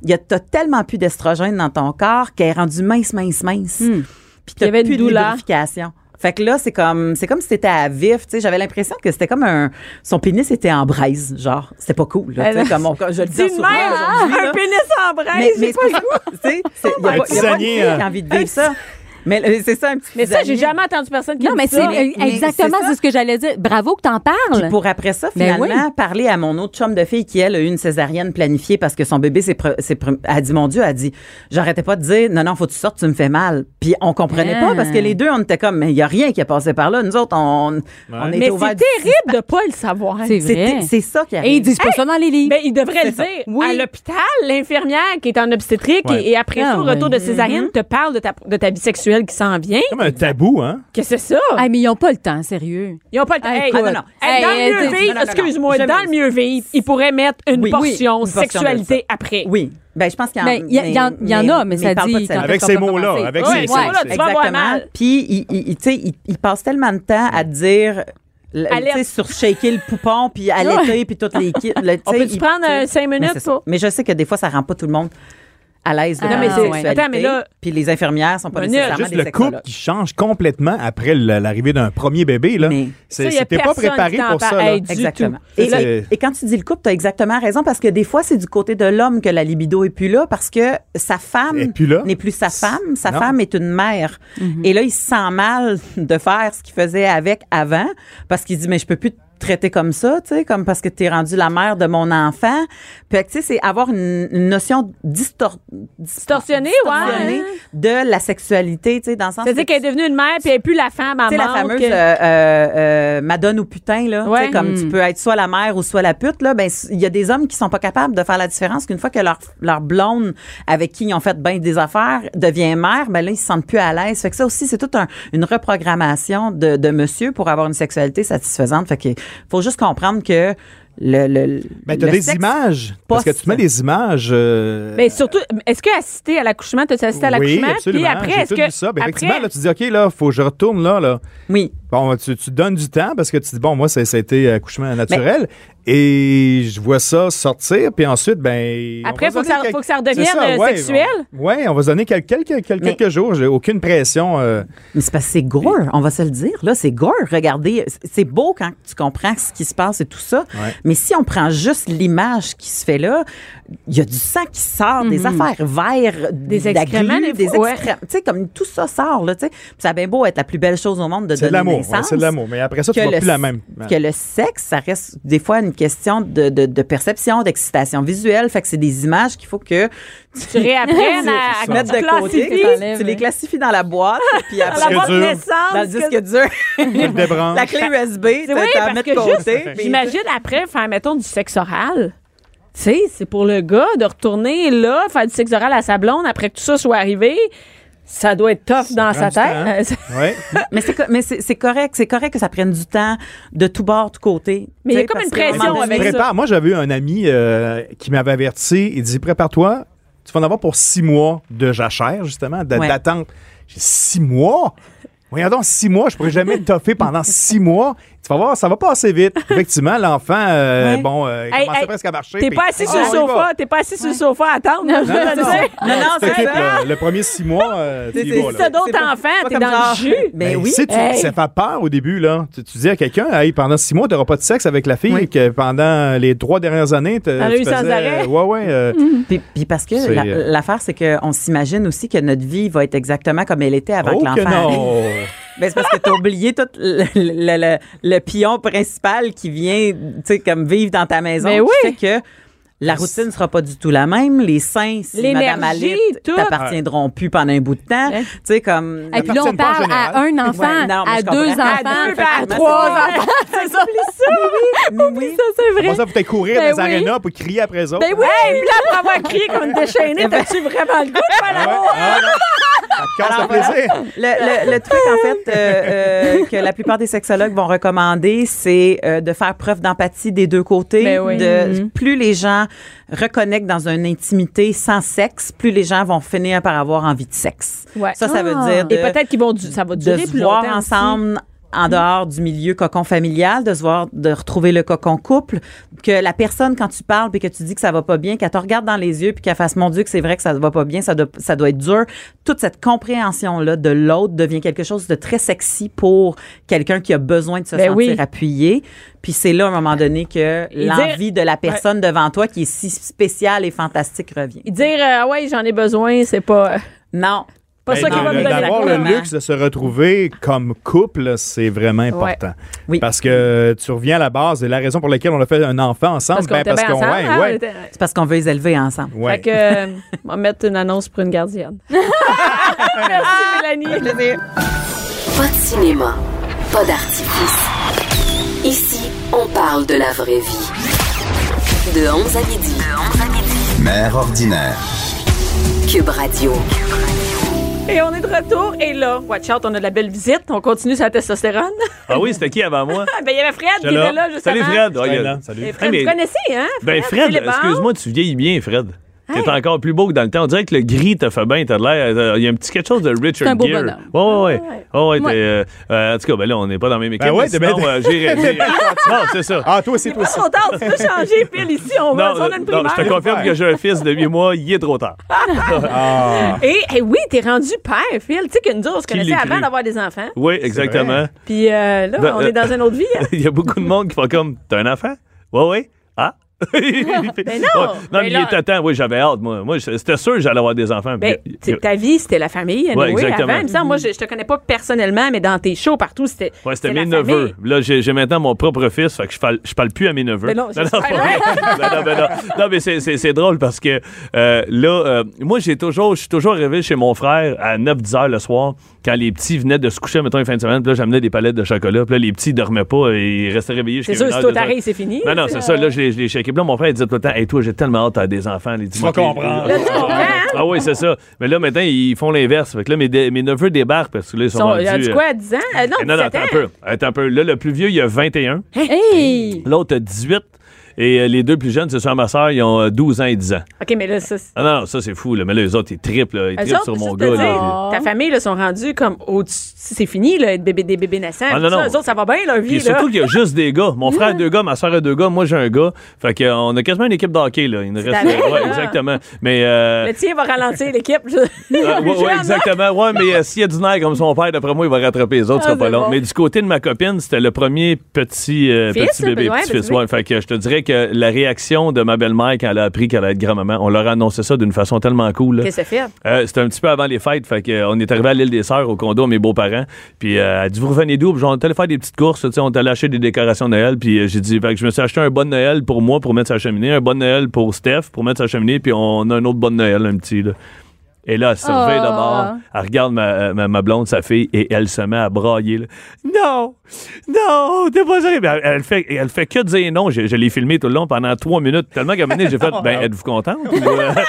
S4: il y a t'as tellement plus d'estrogène dans ton corps qu'elle est rendue mince, mince, mince. Puis
S8: Hmm. Il y
S4: t'as
S8: avait une
S4: plus de
S8: douleur.
S4: lubrification. Fait que là, c'est comme, c'est comme si t'étais à vif, tu sais. J'avais l'impression que c'était comme un, son pénis était en braise, genre. C'était pas cool,
S8: Ben
S4: là, tu sais, comme on- je le dis
S8: Dis de
S4: souvent
S8: même, ah,
S4: aujourd'hui, là.
S8: un pénis en braise.
S4: Mais, mais c'est pas tu sais, c'est- il y a
S6: Un
S4: pas- il y a pas une
S6: tisonnier,
S4: fille qui
S6: euh,
S4: a envie de vivre ça. Mais euh, c'est ça un petit
S8: Mais ça, j'ai
S4: tisonnier.
S8: jamais entendu personne qui
S5: Non,
S8: dit
S5: mais
S8: ça.
S5: c'est euh,
S4: mais- mais
S5: exactement
S4: c'est ça.
S5: c'est ce que j'allais dire. Bravo que t'en parles.
S4: Pour après ça,
S8: Ben
S5: Mais
S4: finalement,
S5: oui.
S4: parler à mon autre chum de fille qui, elle, a eu une césarienne planifiée parce que son bébé s'est. pre- s'est pre- a dit, mon Dieu, a dit, j'arrêtais pas de dire, non, non, faut que tu sortes, tu me fais mal. Puis on comprenait
S5: Ah.
S4: pas parce que les deux, on était comme, mais il y a rien qui est passé par là. Nous autres, on, on
S8: Mais
S4: était
S8: c'est
S4: ouverts.
S8: terrible de pas le savoir.
S5: C'est vrai.
S4: C'est c'est ça qui
S5: Et ils
S4: arrive.
S5: disent pas ça dans les livres.
S8: Ben, il devrait le dire.
S5: Oui.
S8: À l'hôpital, l'infirmière qui est en obstétrique
S6: Ouais.
S8: et, et après
S5: Ah
S8: ça, au
S5: ouais.
S8: retour de césarienne, te parle de ta, de ta vie sexuelle qui s'en vient.
S6: Comme un tabou, hein?
S8: Que c'est ça?
S5: Ah, mais ils ont pas le temps, sérieux.
S8: Ils n'ont pas le temps.
S5: Ah,
S8: Hey,
S5: écoute.
S8: ah, non, non. Hey, dans
S5: Hey,
S8: le
S5: euh,
S8: mieux vivre,
S4: non, non, non,
S8: excuse-moi,
S4: jamais
S8: dans le mieux vivre, ils pourraient mettre une
S4: Oui. Oui,
S8: portion
S4: une portion de
S8: sexualité après.
S4: Oui. Ben, je pense qu'il y en
S5: Ben, il y a- il y en- il y en a, mais ça
S4: il parle
S5: dit
S4: pas de
S5: quand-
S6: Avec
S5: qu'on
S6: ces
S5: peut
S6: mots-là,
S5: commencer.
S6: avec
S8: Ouais,
S6: ces-
S8: ouais,
S6: ces-
S8: voilà,
S6: ces-
S8: tu vas avoir mal.
S4: Puis, il, il, il- tu sais, il, il passe tellement de temps à dire. le-
S8: Alerte.
S4: Tu sais, sur shaker le poupon, puis allaiter, puis toutes les kits. le- tu
S8: On
S4: sais,
S8: peut-tu
S4: il-
S8: prendre
S4: tu sais.
S8: euh, cinq
S4: Mais
S8: minutes?
S4: c'est ça.
S8: pour-
S4: Mais je sais que des fois, ça rend pas tout le monde à l'aise de
S5: Ah, Non,
S4: la
S5: mais c'est-
S4: sexualité.
S8: attends, mais là-
S4: Puis les infirmières sont pas
S8: Minute,
S4: nécessairement
S6: Juste
S4: des
S6: le couple
S4: sexologues.
S6: qui change complètement après l- l'arrivée d'un premier bébé, là.
S4: Mais-
S8: Ça,
S6: C'est-
S8: y a
S6: C'était pas
S8: personne
S6: préparé
S8: qui t'en
S6: pour ça,
S8: parle.
S6: là.
S8: Hey, du
S4: Exactement.
S6: tout.
S4: Et,
S6: Ça,
S4: là,
S6: c'est-
S4: et quand tu dis le couple, tu as exactement raison parce que des fois, c'est du côté de l'homme que la libido est plus là parce que sa
S6: Et
S4: femme
S6: puis là?
S4: n'est plus sa femme, sa
S6: Non.
S4: femme est une mère.
S8: Mm-hmm.
S4: Et là, il se sent mal de faire ce qu'il faisait avec avant parce qu'il dit mais je peux plus te traiter comme ça, tu sais, comme parce que tu es rendu la mère de mon enfant. Puis tu sais, c'est avoir une, une notion distor-
S8: Distorsionnée,
S4: Ah,
S8: ouais.
S4: distorsionnée de la sexualité, tu sais, dans le sens
S8: C'est-à-dire
S4: que-
S8: qu'elle est devenue une mère puis elle n'est plus la femme à
S4: tu sais, la fameuse euh, euh, euh, Madone ou putain, là. Tu sais,
S8: Ouais.
S4: comme
S6: Hmm.
S4: tu peux être soit la mère ou soit la pute, là. Ben, s- il y a des hommes qui sont pas capables de faire la différence qu'une fois que leur, leur blonde avec qui ils ont fait bien des affaires devient mère, ben là, ils se sentent plus à l'aise. Fait que ça aussi, c'est toute une reprogrammation de, de monsieur pour avoir une sexualité satisfaisante. Fait que faut juste comprendre que le. le
S6: Ben, t'as
S4: le
S6: des
S4: sexe-
S6: images. Parce que
S4: poste.
S6: tu mets des images. euh,
S8: Mais Ben, surtout, est-ce que assister à l'accouchement, tu as assisté à
S6: oui,
S8: l'accouchement?
S6: absolument.
S8: Puis après,
S6: J'ai
S8: est-ce
S6: tout
S8: que.
S6: vu ça. Ben,
S8: après-
S6: effectivement, là, tu dis, OK, là, faut que je retourne là, là.
S4: Oui.
S6: Bon, tu, tu donnes du temps parce que tu dis, bon, moi, ça, ça a été euh,
S8: Ben,
S6: accouchement naturel. et je vois ça sortir. Puis ensuite, ben.
S8: Après,
S6: on va
S8: faut que
S6: donner
S8: ça-
S6: quel-
S8: faut que ça
S6: C'est
S8: redevienne, euh,
S6: ouais,
S8: sexuel.
S6: on- ouais, on va se donner quel- quelques, quelques,
S4: Mais-
S6: quelques jours. J'ai aucune pression. euh,
S4: Mais c'est parce que c'est gore, on va se le dire. Là, c'est gore. Regardez, c'est- c'est beau quand tu comprends ce qui se passe et tout ça.
S6: Ouais.
S4: Mais si on prend juste l'image qui se fait là, il y a du sang qui sort, des
S6: Mhm.
S4: affaires vertes, des
S8: excréments, des
S4: des
S8: fois, ouais.
S4: excré- Tu sais, comme tout ça sort, là, tu sais. Puis ça a bien beau être la plus belle chose au monde de
S6: c'est de
S4: donner
S6: l'amour.
S4: naissance.
S6: ouais, c'est de l'amour. Mais après ça, tu vois
S4: le
S6: plus la
S4: s-
S6: même.
S4: que le sexe, ça reste des fois une question de, de- de perception, d'excitation visuelle. Fait que c'est des images qu'il faut que
S8: Tu réapprennes à, à
S4: tu mettes de côté,
S8: classifier. hein.
S4: tu les classifies dans la boîte, puis
S8: Dans
S4: après,
S8: la
S6: Disque
S8: boîte de
S6: dur.
S8: naissance.
S4: dans le
S8: que-
S4: disque dur.
S6: Tu le débranches.
S4: La clé USB, tu
S8: oui,
S4: as à
S8: parce
S4: mettre
S8: que
S4: de côté.
S8: juste,
S4: puis-
S8: J'imagine après faire, mettons, du sexe oral. Tu sais, c'est pour le gars de retourner là, faire du sexe oral à sa blonde après que tout ça soit arrivé. Ça doit être tough dans
S6: prend
S8: sa
S6: du temps, hein.
S8: tête.
S6: Ouais.
S4: Mais c'est co- mais c'est c'est correct, c'est correct que ça prenne du temps de tout bord, tout côté.
S8: Mais il y a
S4: Tu sais,
S8: comme une
S4: parce qu'à un
S8: pression
S4: moment donné,
S8: avec
S6: Prépare. Moi, j'avais eu un ami euh, qui m'avait averti. Il dit Prépare-toi, tu vas en avoir pour six mois de jachère, justement, de-
S4: Ouais.
S6: d'attente. J'ai dit, Six mois Voyons donc, six mois, je pourrais jamais toffer pendant six mois. tu vas voir, ça va pas assez vite. Effectivement, l'enfant, euh, bon, euh, il
S3: Hey,
S6: commençait
S3: hey,
S6: presque à marcher.
S3: T'es
S6: puis-
S3: pas assis
S6: Ah,
S3: sur le
S6: on y va.
S3: sofa, t'es pas assis sur le sofa à attendre. je
S6: Non,
S3: veux te
S6: non,
S3: dire.
S4: Non, non,
S6: Tu t'occupes,
S4: c'est ça.
S6: là, le premier six mois, euh, tu y vas, là.
S3: c'est d'autres
S4: pas-
S3: enfants,
S4: pas
S3: t'es
S4: comme
S3: dans le
S4: genre-
S3: jus.
S4: Ben
S6: Ben,
S4: oui.
S6: si tu-
S3: Hey.
S6: Ça fait peur au début, là. Tu, tu dis à quelqu'un, hey, pendant six mois, tu n'auras pas de sexe avec la fille, que pendant les trois dernières années, tu
S3: a eu
S6: tu
S3: sans
S6: faisais-
S3: arrêt. Mm.
S6: Ouais, ouais. euh,
S4: Puis, puis parce que
S6: C'est,
S4: la-
S6: euh,
S4: l'affaire, c'est qu'on s'imagine aussi que notre vie va être exactement comme elle était avant
S6: oh
S4: que
S6: que
S4: l'enfant arrive.
S6: non!
S4: Ben, c'est parce que t'as oublié tout le, le- le- le pion principal qui vient, tu sais, comme vivre dans ta maison.
S3: Ben
S4: qui
S3: oui.
S4: fait que la routine sera pas du tout la même. Les seins, si
S3: L'énergie,
S4: Madame Alit,
S3: tout.
S4: t'appartiendront plus pendant un bout de temps.
S3: Ouais.
S4: Tu sais, comme...
S5: Et puis là, on
S6: appartiennent pas en
S5: parle à un enfant,
S4: Ouais, non, mais
S5: à
S4: je comprends.
S5: deux enfants,
S3: À deux,
S4: à
S3: à
S4: trois
S3: trois
S4: enfants.
S5: C'est ça.
S4: Mais oui.
S5: c'est vrai.
S6: Pour ça, vous t'allez courir
S5: Ben
S6: dans les
S5: oui.
S6: arénas pour crier après eux autres.
S5: Ben oui,
S3: Hey, puis là, après avoir crié comme une déchaînée, t'as-tu vraiment le goût de faire
S6: Ah ouais?
S3: l'amour?
S6: Ah non. Ça te casse le plaisir.
S4: Le, le- le truc, en fait, euh, euh, que la plupart des sexologues vont recommander, c'est euh, de faire preuve d'empathie des deux côtés.
S3: Ben oui.
S4: De, Plus les gens reconnectent dans une intimité sans sexe, plus les gens vont finir par avoir envie de sexe.
S3: Ouais.
S4: Ça, ça veut
S5: Ah.
S4: dire de,
S3: Et peut-être qu'ils vont du- ça va
S4: de
S3: durer
S4: se
S3: plus
S4: voir
S3: longtemps aussi.
S4: ensemble en dehors du milieu cocon familial, de se voir, de retrouver le cocon couple, que la personne, quand tu parles puis que tu dis que ça va pas bien, qu'elle te regarde dans les yeux puis qu'elle fasse, mon Dieu, que c'est vrai que ça va pas bien, ça doit, ça doit être dur. Toute cette compréhension-là de l'autre devient quelque chose de très sexy pour quelqu'un qui a besoin de se
S3: Ben
S4: sentir
S3: oui.
S4: appuyé. Puis c'est là, à un moment donné,
S3: dire-
S4: que l'envie de la personne devant toi, qui est si spéciale et fantastique, revient.
S3: Et Dire, euh, ah ouais, j'en ai besoin, c'est pas,
S4: Non.
S3: pas
S6: Ben
S3: ça qui
S6: non,
S3: va
S6: le-
S3: me donner
S6: D'avoir
S3: le
S6: le
S3: goût.
S4: couronne.
S6: luxe de se retrouver comme couple, c'est vraiment important.
S4: Oui.
S6: Parce que tu reviens à la base et la raison pour laquelle on a fait un enfant ensemble,
S3: Parce qu'on
S6: ben,
S3: était
S6: parce
S3: bien
S6: qu'on.
S3: ensemble. hein,
S6: ouais,
S3: on
S6: ouais,
S3: était-
S4: C'est parce qu'on veut les élever ensemble.
S6: ouais.
S3: Fait que, euh, on va mettre une annonce pour une gardienne. Ah! Merci, Mélanie.
S1: Pas de cinéma, pas d'artifice. Ici, on parle de la vraie vie. De 11 à midi.
S2: Mère ordinaire.
S1: Cube Radio.
S3: Et on est de retour. Et là, watch out, on a de la belle visite. On continue sa testostérone.
S9: Ah oui, c'était qui avant moi?
S3: Ah, ben, il y avait Fred qui
S9: J'étais
S3: était là juste
S9: Salut
S3: avant.
S9: Fred. Oh,
S6: Ouais,
S9: il y a-
S6: là, salut.
S3: Et Fred,
S9: Hey, mais-
S3: vous connaissez, hein?
S9: Ben Fred,
S3: Philippe Barre.
S9: excuse-moi, tu vieillis bien, Fred. T'es encore plus beau que dans le temps. On dirait que le gris te fait bien. T'as de l'air. euh, Il y a un petit quelque chose de Richard
S5: un beau
S9: Gere.
S5: bonhomme.
S9: Ouais, ouais, ouais.
S3: Ah
S9: Ouais, ouais,
S5: Ouais.
S9: t'es, euh, euh, en tout cas, ben là, on n'est pas dans la même équipe.
S6: Ben ouais,
S9: mais
S6: t'es bien-
S9: sinon, euh, j'ai j'ai- Non, c'est ça.
S6: Ah, toi aussi, toi
S3: Pas
S6: aussi.
S3: trop tard, tu peux changer, pile ici, on va,
S9: Non, euh,
S3: on a une
S9: non,
S3: primaire.
S9: je te confirme que j'ai un fils de 8 mois, il est trop tard.
S6: Ah.
S3: Et, eh oui, t'es rendu père, Phil. Tu sais que nous autres, on se
S9: Qui
S3: connaissait
S9: l'écrit?
S3: avant d'avoir des enfants.
S9: Oui, exactement.
S3: Puis euh, là,
S9: Ben,
S3: on
S9: euh,
S3: est dans une autre vie. hein.
S9: Il y a beaucoup de monde qui font comme T'as un enfant? Ouais, ouais. Ah? mais non! non,
S3: Ben
S9: mais
S3: là-
S9: il était temps. Oui, j'avais hâte, moi. Moi, je- c'était sûr que j'allais avoir des enfants.
S3: Ben,
S9: Puis-
S3: t'sais, ta vie, c'était la famille.
S9: Ouais,
S3: anyway,
S9: exactement.
S3: Avant, il me semble, moi, je, je te connais pas personnellement, mais dans tes shows partout, c'était.
S9: Ouais, c'était
S3: la
S9: mes neveux.
S3: famille.
S9: Là, j'ai j'ai maintenant mon propre fils, fait que je parle, je parle plus à mes neveux.
S3: Ben non,
S9: non,
S3: j'espère.
S9: pas vrai. Non, non, ben non. Non, mais c'est- c'est c'est drôle parce que euh, là, euh, moi, j'ai toujours, je suis toujours arrivé chez mon frère à 9-10 heures le soir quand les petits venaient de se coucher, mettons, une fin de semaine. Puis là, j'amenais des palettes de chocolat. Puis là, les petits dormaient pas et ils restaient réveillés
S3: C'est sûr,
S9: jusqu'à une
S3: si
S9: heure,
S3: toi
S9: deux heures.
S3: t'arrives, c'est fini.
S9: Non, non, c'est ça. Là, je l'ai- je l'ai checké. Puis là, mon frère, il disait tout le temps Hey, toi, j'ai tellement hâte à des enfants. Les tu
S6: vas comprendre.
S3: Là, tu comprends, hein?
S9: Ah oui, c'est ça. Mais là, maintenant, ils font l'inverse. Fait que là, mes, dé- mes neveux débarquent parce que là, ils sont
S3: Son- Il y a
S9: rendus,
S3: du
S9: euh,
S3: quoi, 10 ans? Euh, non,
S9: eh, non, non,
S3: 17
S9: attends un
S3: ans.
S9: peu. Attends un peu. Là, le plus vieux, il a 21.
S5: Hey!
S9: L'autre a 18. Et euh, les deux plus jeunes, ce sont ma soeur, ils ont euh, 12 ans et 10 ans.
S3: OK, mais là, ça. c'est-
S9: Ah non, non, ça, c'est fou. Là. Mais là, les autres, ils triplent. là. Ils
S3: Eux
S9: triplent
S3: autres,
S9: sur
S3: ça,
S9: mon
S3: je te
S9: gars.
S3: dis,
S9: là.
S3: ta famille, là, sont rendus comme au-dessus. C'est fini, là, être bébé, des bébés naissants.
S9: Ah,
S3: Tout
S9: non, non.
S3: ça, Eux autres, ça va bien, leur vie,
S9: Puis
S3: là. Mmh.
S9: surtout qu'il y a juste des gars. Mon frère a deux gars, ma soeur a deux gars, moi j'ai un gars. Fait qu'on a quasiment une équipe de hockey, là. Il nous reste. euh,
S3: vrai,
S9: ouais,
S3: là.
S9: exactement. Mais. euh,
S3: Le tien va ralentir l'équipe. Je-
S9: Ah, ouais, ouais, exactement. Ouais, mais euh, s'il y a du nerf comme son père, d'après moi, il va rattraper les autres, ce
S3: Ah,
S9: sera pas
S3: c'est
S9: long.
S3: bon.
S9: Mais du côté de ma copine, c'était le premier petit, euh,
S3: Fils,
S9: petit
S3: là,
S9: bébé,
S3: ouais, ben
S9: petit
S3: petit
S9: fils. Ouais, fait que euh, je te dirais que la réaction de ma belle-mère quand elle a appris qu'elle allait être grand-maman, on leur a annoncé ça d'une façon tellement cool. là.
S3: Qu'est-ce que ça fait?
S9: Euh, c'était un petit peu avant les fêtes, fait que, euh, on est arrivé à l'île des Sœurs au condo à mes beaux-parents. Puis euh, elle a dit vous revenez d'où Puis genre, on est allé faire des petites courses, tu sais, on t'a lâché des décorations de Noël. Puis euh, j'ai dit fait que je me suis acheté un bon Noël pour moi pour mettre sa cheminée, un bon Noël pour Steph pour mettre sa cheminée, puis on a un autre bon Noël un petit là. Et là, elle se réveille de bord, elle regarde ma, euh, ma, ma blonde, sa fille, et elle se met à brailler. là. Non! Non! T'es pas sérieux! Ben, Elle, elle fait, elle fait que dire non. Je, je l'ai filmé tout le long pendant trois minutes, tellement qu'à un moment donné, j'ai fait Ben, êtes-vous contente? Ou, euh,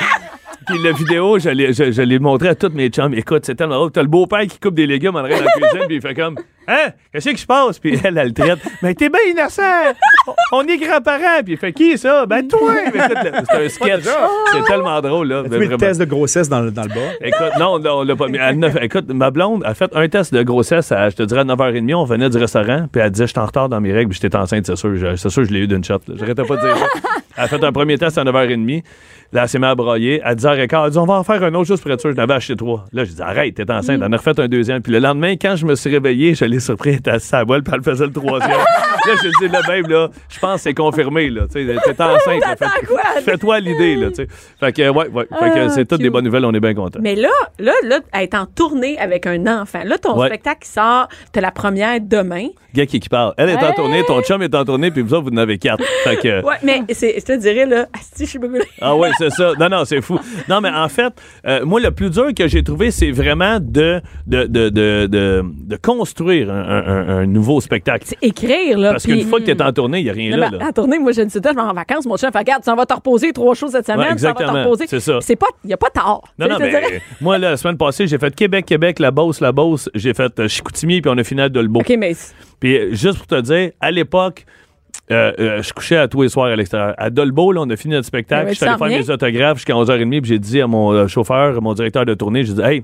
S9: Puis la vidéo, je l'ai, je, je l'ai montré à toutes mes chums. Écoute, c'est tellement drôle. T'as le beau-père qui coupe des légumes en arrière de la cuisine, puis il fait comme Hein? Qu'est-ce qui se passe? Puis elle, elle le traite. Mais t'es bien innocent! On, on est grands-parents! Puis il fait qui ça? Ben toi! Mais écoute, là, C'est un sketch. C'est tellement drôle, là.
S6: Tu mets le
S9: Vraiment.
S6: test de grossesse dans le, dans le bas.
S9: Écoute, non, non, on l'a pas mis. À neuf- écoute, ma blonde a fait un test de grossesse, à, je te dirais, à 9h30. On venait du restaurant, puis elle disait, je suis en retard dans mes règles, puis j'étais enceinte, c'est sûr. Je- C'est sûr, je l'ai eu d'une shot. là. J'arrêtais pas de dire ça. Elle a fait un premier test à 9h30. Là, elle s'est mis à broyer. À 10h15, elle a dit, on va en faire un autre juste pour être sûr. Je n'avais acheté trois. Là, j'ai dit, arrête, t'es enceinte. Elle en a refait un deuxième. Puis le lendemain, quand je me suis réveillé, je l'ai surpris, elle était assise à la voile, puis elle faisait le troisième. là, j'ai dit, là, même, là, je pense que c'est confirmé, là. Tu sais, t'es enceinte. là. Fais- Fais-toi l'idée, là, tu sais. Fait que, ouais, ouais. Fait que c'est toutes des bonnes nouvelles, on est bien contents.
S8: Ah, Mais là, là, là, être en tournée avec un enfant. Là, ton
S9: Ouais.
S8: spectacle sort, t'as la première demain.
S9: gars qui, qui parle. Elle est en tournée, ton chum est en tournée, puis vous autres, vous en avez quatre. Fait que,
S8: Ouais, mais c'est, je te dirais, là, asti, je suis brûlée.
S9: Ah ouais, c'est ça. Non, non, c'est fou. Non, mais en fait, euh, moi, le plus dur que j'ai trouvé, c'est vraiment de, de, de, de, de, de construire un, un- un- un nouveau spectacle.
S8: Écrire, là.
S9: Parce
S8: puis-
S9: qu'une fois que t'es en tournée, il n'y a rien
S8: Non,
S9: là.
S8: mais
S9: là.
S8: en tournée, moi, je ne sais pas, je m'en vais en vacances, mon chef, regarde, tu en vas te reposer trois choses cette
S9: Ouais,
S8: semaine, tu en vas te
S9: exactement,
S8: reposer.
S9: c'est ça.
S8: C'est pas, il n'y a pas tard.
S9: Non,
S8: Tu
S9: non,
S8: sais, je te dirais-
S9: mais moi, la semaine passée, j'ai fait Québec, Québec, la Beauce, la Beauce. J'ai fait euh, Chicoutimi, puis on a fini à Dolbeau.
S8: OK, mais c'est-
S9: Puis euh, juste pour te dire, à l'époque, euh, euh, je couchais à tous les soirs à l'extérieur. À Dolbeau, là, on a fini notre
S8: Ah
S9: spectacle.
S8: ouais,
S9: Je suis
S8: tu
S9: allé
S8: sens
S9: faire
S8: rien?
S9: mes autographes jusqu'à 11h30. Puis j'ai dit à mon euh, chauffeur, mon directeur de tournée, j'ai dit Hey,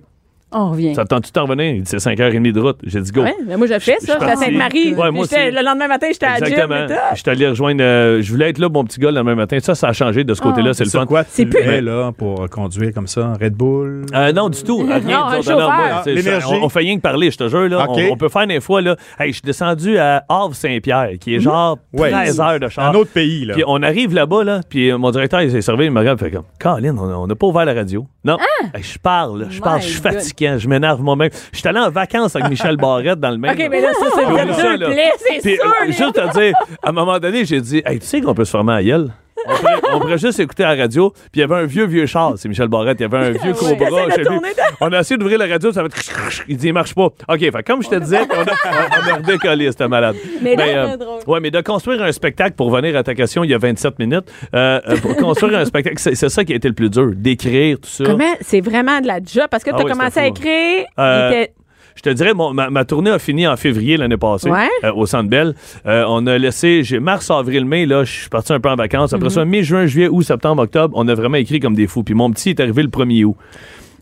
S5: On revient.
S9: ça te tente-tu de t'en revenir Il dit C'est 5h30 de route. J'ai dit Go.
S8: ouais, mais moi, j'ai fait
S9: Je-
S8: ça.
S9: je
S8: J'étais à
S9: parti.
S8: Sainte-Marie.
S9: Ouais, moi
S8: puis j'étais-
S9: aussi.
S8: le lendemain matin, j'étais à la gym.
S9: Exactement.
S8: et tout.
S9: Je suis allé rejoindre. euh, je voulais être là, mon petit gars, le même matin. Ça, ça a changé de ce
S8: Ah.
S9: côté-là. c'est le
S6: Sur
S9: fun.
S6: quoi
S8: C'est
S6: tu
S8: plus-
S6: mets, là, pour conduire comme ça? Red Bull?
S9: Euh, non, du tout.
S8: Non,
S9: Rien du
S8: un
S9: tout. Non, non,
S8: chauffeur.
S9: moi, c'est-
S6: L'énergie.
S9: on, on fait rien que parler, je te jure. Là.
S6: OK.
S9: On, on peut faire des fois. Là, hey, je suis descendu à Havre-Saint-Pierre, qui est genre
S6: Mmh. Ouais.
S9: 13 heures de char.
S6: Un autre pays, là.
S9: Puis on arrive là-bas, là, puis euh, mon directeur, il s'est servi, il me regarde, il fait comme, Colin, on a- on n'a pas ouvert la radio. Non.
S8: Ah!
S9: Hey, je parle, je parle, je suis
S5: God.
S9: fatiguant, je m'énerve moi-même. Je suis allé en vacances avec Michel Barrette dans le même.
S8: OK, mais là, ça, c'est
S9: Oublie
S8: le
S9: ça,
S8: deux
S9: là.
S8: plaies, c'est
S9: Puis,
S8: sûr.
S9: euh, juste à dire, à un moment donné, j'ai dit, hey, tu sais qu'on peut se former à gueule? On pourrait, on pourrait juste écouter à la radio, puis il y avait un vieux, vieux char, c'est Michel Barrette, il y avait un vieux
S8: Ouais. Essaie
S9: cobra.
S8: de
S9: je sais plus.
S8: tourner de-
S9: On a essayé d'ouvrir la radio, ça fait il dit, il marche pas. OK, fait, comme je te disais, on a, on a redécollé, c'était malade.
S8: Mais là,
S9: euh,
S8: c'est drôle.
S9: ouais, mais de construire un spectacle, pour venir à ta question, il y a 27 minutes, euh, euh, pour construire un spectacle, c'est c'est ça qui a été le plus dur, d'écrire tout ça.
S8: Comment? C'est vraiment de la job. Parce que
S9: Ah
S8: t'as
S9: oui,
S8: commencé
S9: c'était
S8: à
S9: fou.
S8: écrire.
S9: Euh,
S8: il était-
S9: Je te dirais, mon- ma, ma tournée a fini en février l'année passée
S8: Ouais.
S9: euh, au Centre Bell. Euh, on a laissé, j'ai mars, avril, mai, là, je suis parti un peu en vacances. Après ça, mai, juin, juillet, août, septembre, octobre, on a vraiment écrit comme des fous. Puis mon petit est arrivé le 1er août.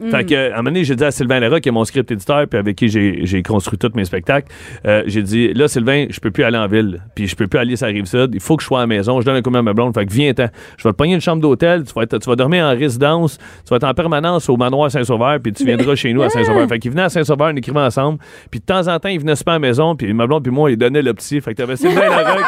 S9: Fait que, à un moment donné, j'ai dit à Sylvain Lara, qui est mon script éditeur, puis avec qui j'ai j'ai construit tous mes spectacles, euh, j'ai dit, là, Sylvain, je peux plus aller en ville, puis je peux plus aller sur la Rive-Sud, il faut que je sois à la maison, je donne un coup à ma blonde, fait que viens-t'en. Je vais te pogner une chambre d'hôtel, tu, vas être- tu vas dormir en résidence, tu vas être en permanence au manoir Saint-Sauveur, puis tu viendras chez nous à Saint-Sauveur. Fait qu'ils venaient à Saint-Sauveur, on écrivait ensemble, puis de temps en temps, ils venaient super à la maison, puis ma blonde puis moi, ils donnaient le petit. Fait que t'avais Sylvain Larocque,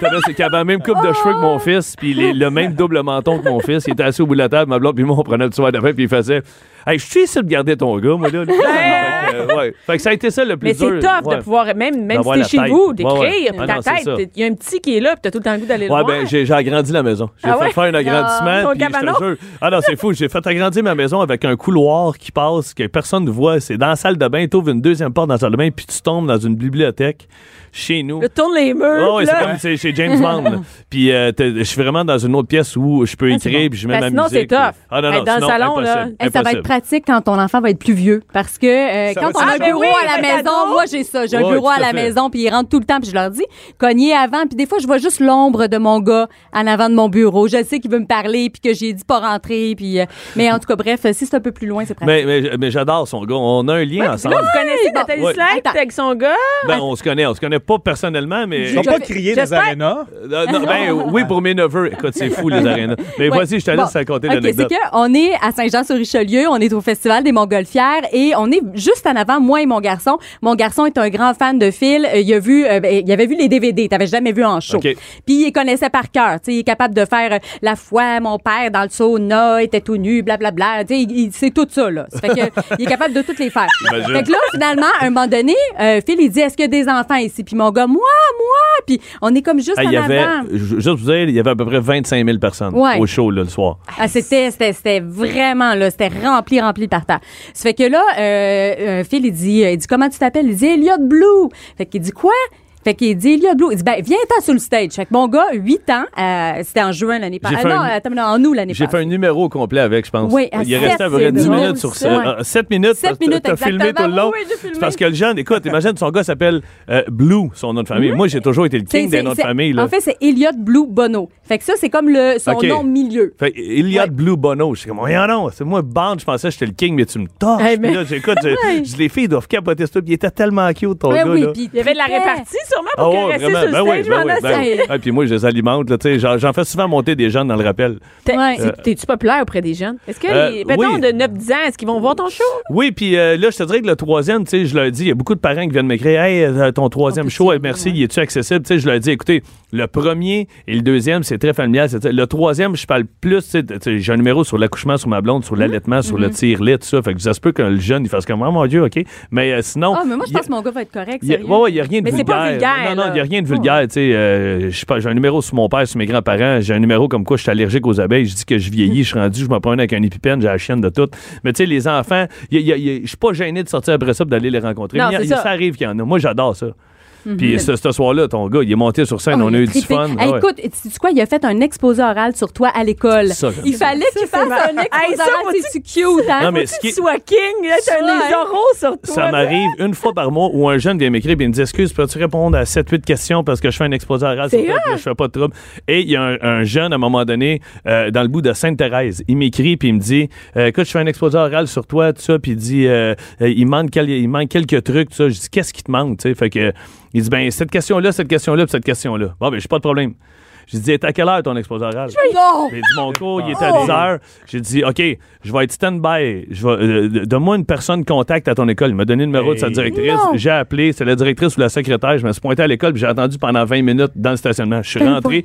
S9: t'avais qui avait la même coupe de cheveux que mon fils, puis les- le même double menton que mon fils. Il était assis au bout de la table, ma blonde puis moi, on prenait le soir de puis il faisait « Hey, je suis ici de garder ton gars, moi, là. » Fait que, euh, ouais. Fait que ça a été ça le plus
S8: Mais
S9: dur.
S8: c'est tough
S9: Ouais.
S8: de pouvoir, même, même si
S9: D'avoir
S8: t'es
S9: la
S8: chez
S9: tête.
S8: vous,
S9: Ouais, ouais.
S8: d'écrire, puis
S9: Ah
S8: ta
S9: non, c'est
S8: tête,
S9: ça.
S8: t'es- il y a un petit qui est là, puis t'as tout le temps le goût d'aller le
S9: Ouais,
S8: voir.
S9: ben, j'ai, j'ai agrandi la maison. J'ai
S8: Ah
S9: fait
S8: ouais?
S9: faire un
S8: ton
S9: agrandissement. puis je
S8: cabanon?
S9: te jure. Ah non, c'est fou. J'ai fait agrandir ma maison avec un couloir qui passe, que personne ne voit. C'est dans la salle de bain. T'ouvres une deuxième porte dans la salle de bain, puis tu tombes dans une bibliothèque chez nous.
S8: Là, tourne les murs.
S9: Ah ouais,
S8: là.
S9: c'est comme c'est chez James Bond. là. puis euh, t'es- je suis vraiment dans une autre pièce où je peux
S8: Ah,
S9: écrire, puis je mets
S8: Parce
S9: ma
S8: Ben, sinon,
S9: musique.
S8: c'est tough.
S9: Ah non,
S8: Hey,
S9: non,
S8: dans le
S9: sinon,
S8: salon, là,
S9: impossible.
S5: Hey, ça va
S9: Impossible.
S5: être pratique quand ton enfant va être plus vieux. Parce que euh,
S6: Ça
S5: quand
S6: va
S5: on a
S6: être-
S5: un
S8: Ah, ben
S5: bureau
S8: oui,
S5: à la
S8: avec
S5: maison,
S8: l'ado.
S5: moi j'ai ça. J'ai
S9: Ouais,
S5: un bureau à
S9: tout à
S5: la
S9: fait.
S5: maison, puis ils rentrent tout le temps, puis je leur dis, cognez avant. Puis des fois, je vois juste l'ombre de mon gars en avant de mon bureau. Je sais qu'il veut me parler, puis que j'ai dit pas rentrer. Puis, euh, mais en tout cas, bref, si c'est un peu plus loin, c'est pratique.
S9: Mais, mais, mais j'adore son gars. On a un lien ensemble.
S8: Là, vous connaissez Nathalie
S9: Ouais.
S8: Slade
S5: Attends.
S8: avec son gars.
S9: Ben, on se connaît. On se connaît pas personnellement, mais.
S6: Ils n'ont pas crié dans les arénas.
S9: Euh, non, ben, oui, pour mes neveux. Écoute, c'est fou, les arénas. Mais
S5: Ouais.
S9: vas-y, je te
S5: Bon.
S9: laisse raconter
S5: OK,
S9: l'anecdote.
S5: C'est qu'on est à Saint-Jean-sur-Richelieu, on est au Festival des Montgolfières et on est juste en avant, moi et mon garçon. Mon garçon est un grand fan de Phil. Euh, Il, a vu, euh, ben, il avait vu les DVD, t'avais jamais vu en show.
S9: OK.
S5: Puis il connaissait par cœur. Tu sais, Il est capable de faire euh, la fois, mon père dans le sauna était tout nu, blablabla. Tu sais, Il, il sait tout ça. Là. Ça Fait que, il est capable de toutes les faire.
S9: J'imagine.
S5: Fait que là, finalement, à un moment donné, euh, Phil, il dit, est-ce qu'il y a des enfants ici? Puis mon gars, moi, moi! Puis on est comme juste
S9: Ah,
S5: en
S9: il y avait,
S5: avant.
S9: ju- juste pour vous dire, il y avait à peu près 25 000 personnes
S5: Ouais.
S9: au show là, le soir.
S5: Ah, c'était, c'était, c'était vraiment, là, c'était rempli, rempli par terre. Ça fait que là, euh, euh, Phil, il dit, euh, il dit, comment tu t'appelles? Il dit, Elliot Blue. Fait qu'il dit, quoi? Fait qu'il dit, Elia Blue, il dit, ben, viens-t'en sur le stage. Fait que mon gars, 8 ans, euh, c'était en juin l'année
S9: J'ai
S5: passée.
S9: fait
S5: Ah, non,
S9: un-
S5: attends, non, en août l'année
S9: J'ai
S5: passée.
S9: fait un numéro au complet avec, je pense.
S5: Oui, à
S9: Il est
S5: sept,
S9: resté à peu près
S5: c'est
S9: 10
S5: drôle,
S9: minutes sur
S5: ça. Ouais.
S9: 7 minutes.
S5: Sept
S9: parce que
S5: minutes,
S9: t'as filmé tout le
S5: exactement.
S9: long.
S5: Oui, j'ai filmé.
S9: C'est parce que le jeune, écoute, imagine, son gars s'appelle euh, Blue, son nom de famille. Moi, j'ai toujours été le
S5: Mm-hmm. C'est-
S9: king des
S5: c'est-
S9: noms de
S5: c'est-
S9: famille. Là.
S5: En fait, c'est Elliot Blue Bono. Fait que ça, c'est comme le, son
S9: Ok.
S5: nom milieu.
S9: Fait, il y a de Blue Bono. Je suis comme, voyons non, c'est moi, Band, je pensais que j'étais le king, mais tu me torches.
S8: Hey, mais-
S9: Puis là, j'écoute, je- je- les filles doivent capoter ça. Puis il était tellement cute, ton
S5: Ouais,
S9: gars.
S5: oui,
S9: là.
S5: puis
S8: Il y avait de la
S5: Ouais.
S8: répartie, sûrement,
S9: Ah
S8: pour
S9: ouais,
S8: qu'elle
S9: vraiment,
S8: reste
S9: ben
S8: sur le
S9: oui,
S8: stage.
S9: ben oui,
S8: Vanessa.
S9: ben oui.
S5: c'est-
S9: Ah, Puis moi, je les alimente, là, tu sais, j'en j'en fais souvent monter des jeunes dans le rappel.
S8: T'es-
S5: Ouais.
S8: t'es- T'es-tu populaire auprès des jeunes? Est-ce que,
S9: Euh,
S8: les, mettons,
S9: oui.
S8: de 9-10 ans, est-ce qu'ils vont voir ton show?
S9: Oui, puis euh, là, je te dirais que le troisième, tu sais, je leur dis, il y a beaucoup de parents qui viennent m'écrire, hey, euh, ton troisième show, euh, merci, il est-tu accessible? Tu sais, je leur dis, écoutez, le premier et le deuxième, c'est très familial. c'est- Le troisième, je parle plus, tu sais, tu sais, j'ai un numéro sur l'accouchement, sur ma blonde,
S5: Mm-hmm.
S9: sur l'allaitement, sur le tir-lit, tout ça. Fait que ça se peut que le jeune, il fasse comme, oh mon Dieu, OK. Mais euh, sinon.
S5: Ah, mais moi, je
S9: il y a-
S5: pense que mon gars va être correct.
S9: il y a-
S5: sérieux.
S9: ouais, ouais, il n'y a rien de
S8: Mais c'est
S9: vulgaire.
S8: pas vulgaire,
S9: Non, non,
S8: là.
S9: il n'y a rien de vulgaire. tu sais, euh, je sais pas, j'ai un numéro sur mon père, sur mes grands-parents. J'ai un numéro comme quoi je suis allergique aux abeilles. Je dis que je vieillis, je suis rendu, je m'en promène avec un épipène, j'ai la chienne de tout. Mais tu sais, les enfants, il y a- il y a- il y a- je suis pas gêné de sortir après ça et d'aller les rencontrer.
S8: Non,
S9: Mais il y a-
S8: c'est
S9: il- ça.
S8: ça. Mhm.
S9: arrive qu'il y en a. Moi, j'adore ça. Puis ce, ce soir-là, ton gars, il est monté sur scène,
S5: Ah,
S8: Oh,
S9: on
S5: il
S9: a eu du
S5: trippé.
S9: fun.
S5: Hey,
S9: ouais.
S5: Écoute, tu sais quoi, il a fait un exposé oral sur toi à l'école.
S9: Ça, j'aime
S5: Il fallait qu'il fasse un exposé
S8: Hey, ça,
S5: oral.
S8: faut-tu-
S5: C'est cute, hein?
S9: Non, mais hein?
S5: Faut-tu
S9: ce
S5: que
S9: qui-
S8: Tu sois king, là, t'as
S5: Ouais.
S8: les oraux sur toi.
S9: Ça m'arrive une fois par mois où un jeune vient m'écrire et il me dit Excuse, peux-tu répondre à 7-8 questions parce que je fais un exposé oral sur
S8: C'est
S9: toi
S8: vrai?
S9: puis là, je fais pas de trouble. Et il y a un, un jeune, à un moment donné, euh, dans le bout de Sainte-Thérèse, il m'écrit puis il me dit Euh, Écoute, je fais un exposé oral sur toi, tout ça, puis il dit euh, euh, il, manque quel- il manque quelques trucs, tout ça. Je dis Qu'est-ce qui te manque tu sais? Fait que, Il dit Ben, cette question-là, cette question-là, puis cette question-là. Bon, ben, j'ai pas de problème. Je dis, à quelle heure ton exposé oral? J'ai dit, mon cours, il était à 10 heures. J'ai dit, OK, je vais être stand-by. Je vais, euh, de- Donne-moi une personne contact à ton école. Il m'a donné le numéro de sa directrice. J'ai appelé, c'est la directrice ou la secrétaire. Je me suis pointé à l'école, puis j'ai attendu pendant 20 minutes dans le stationnement. Je suis
S5: Ben
S9: rentré.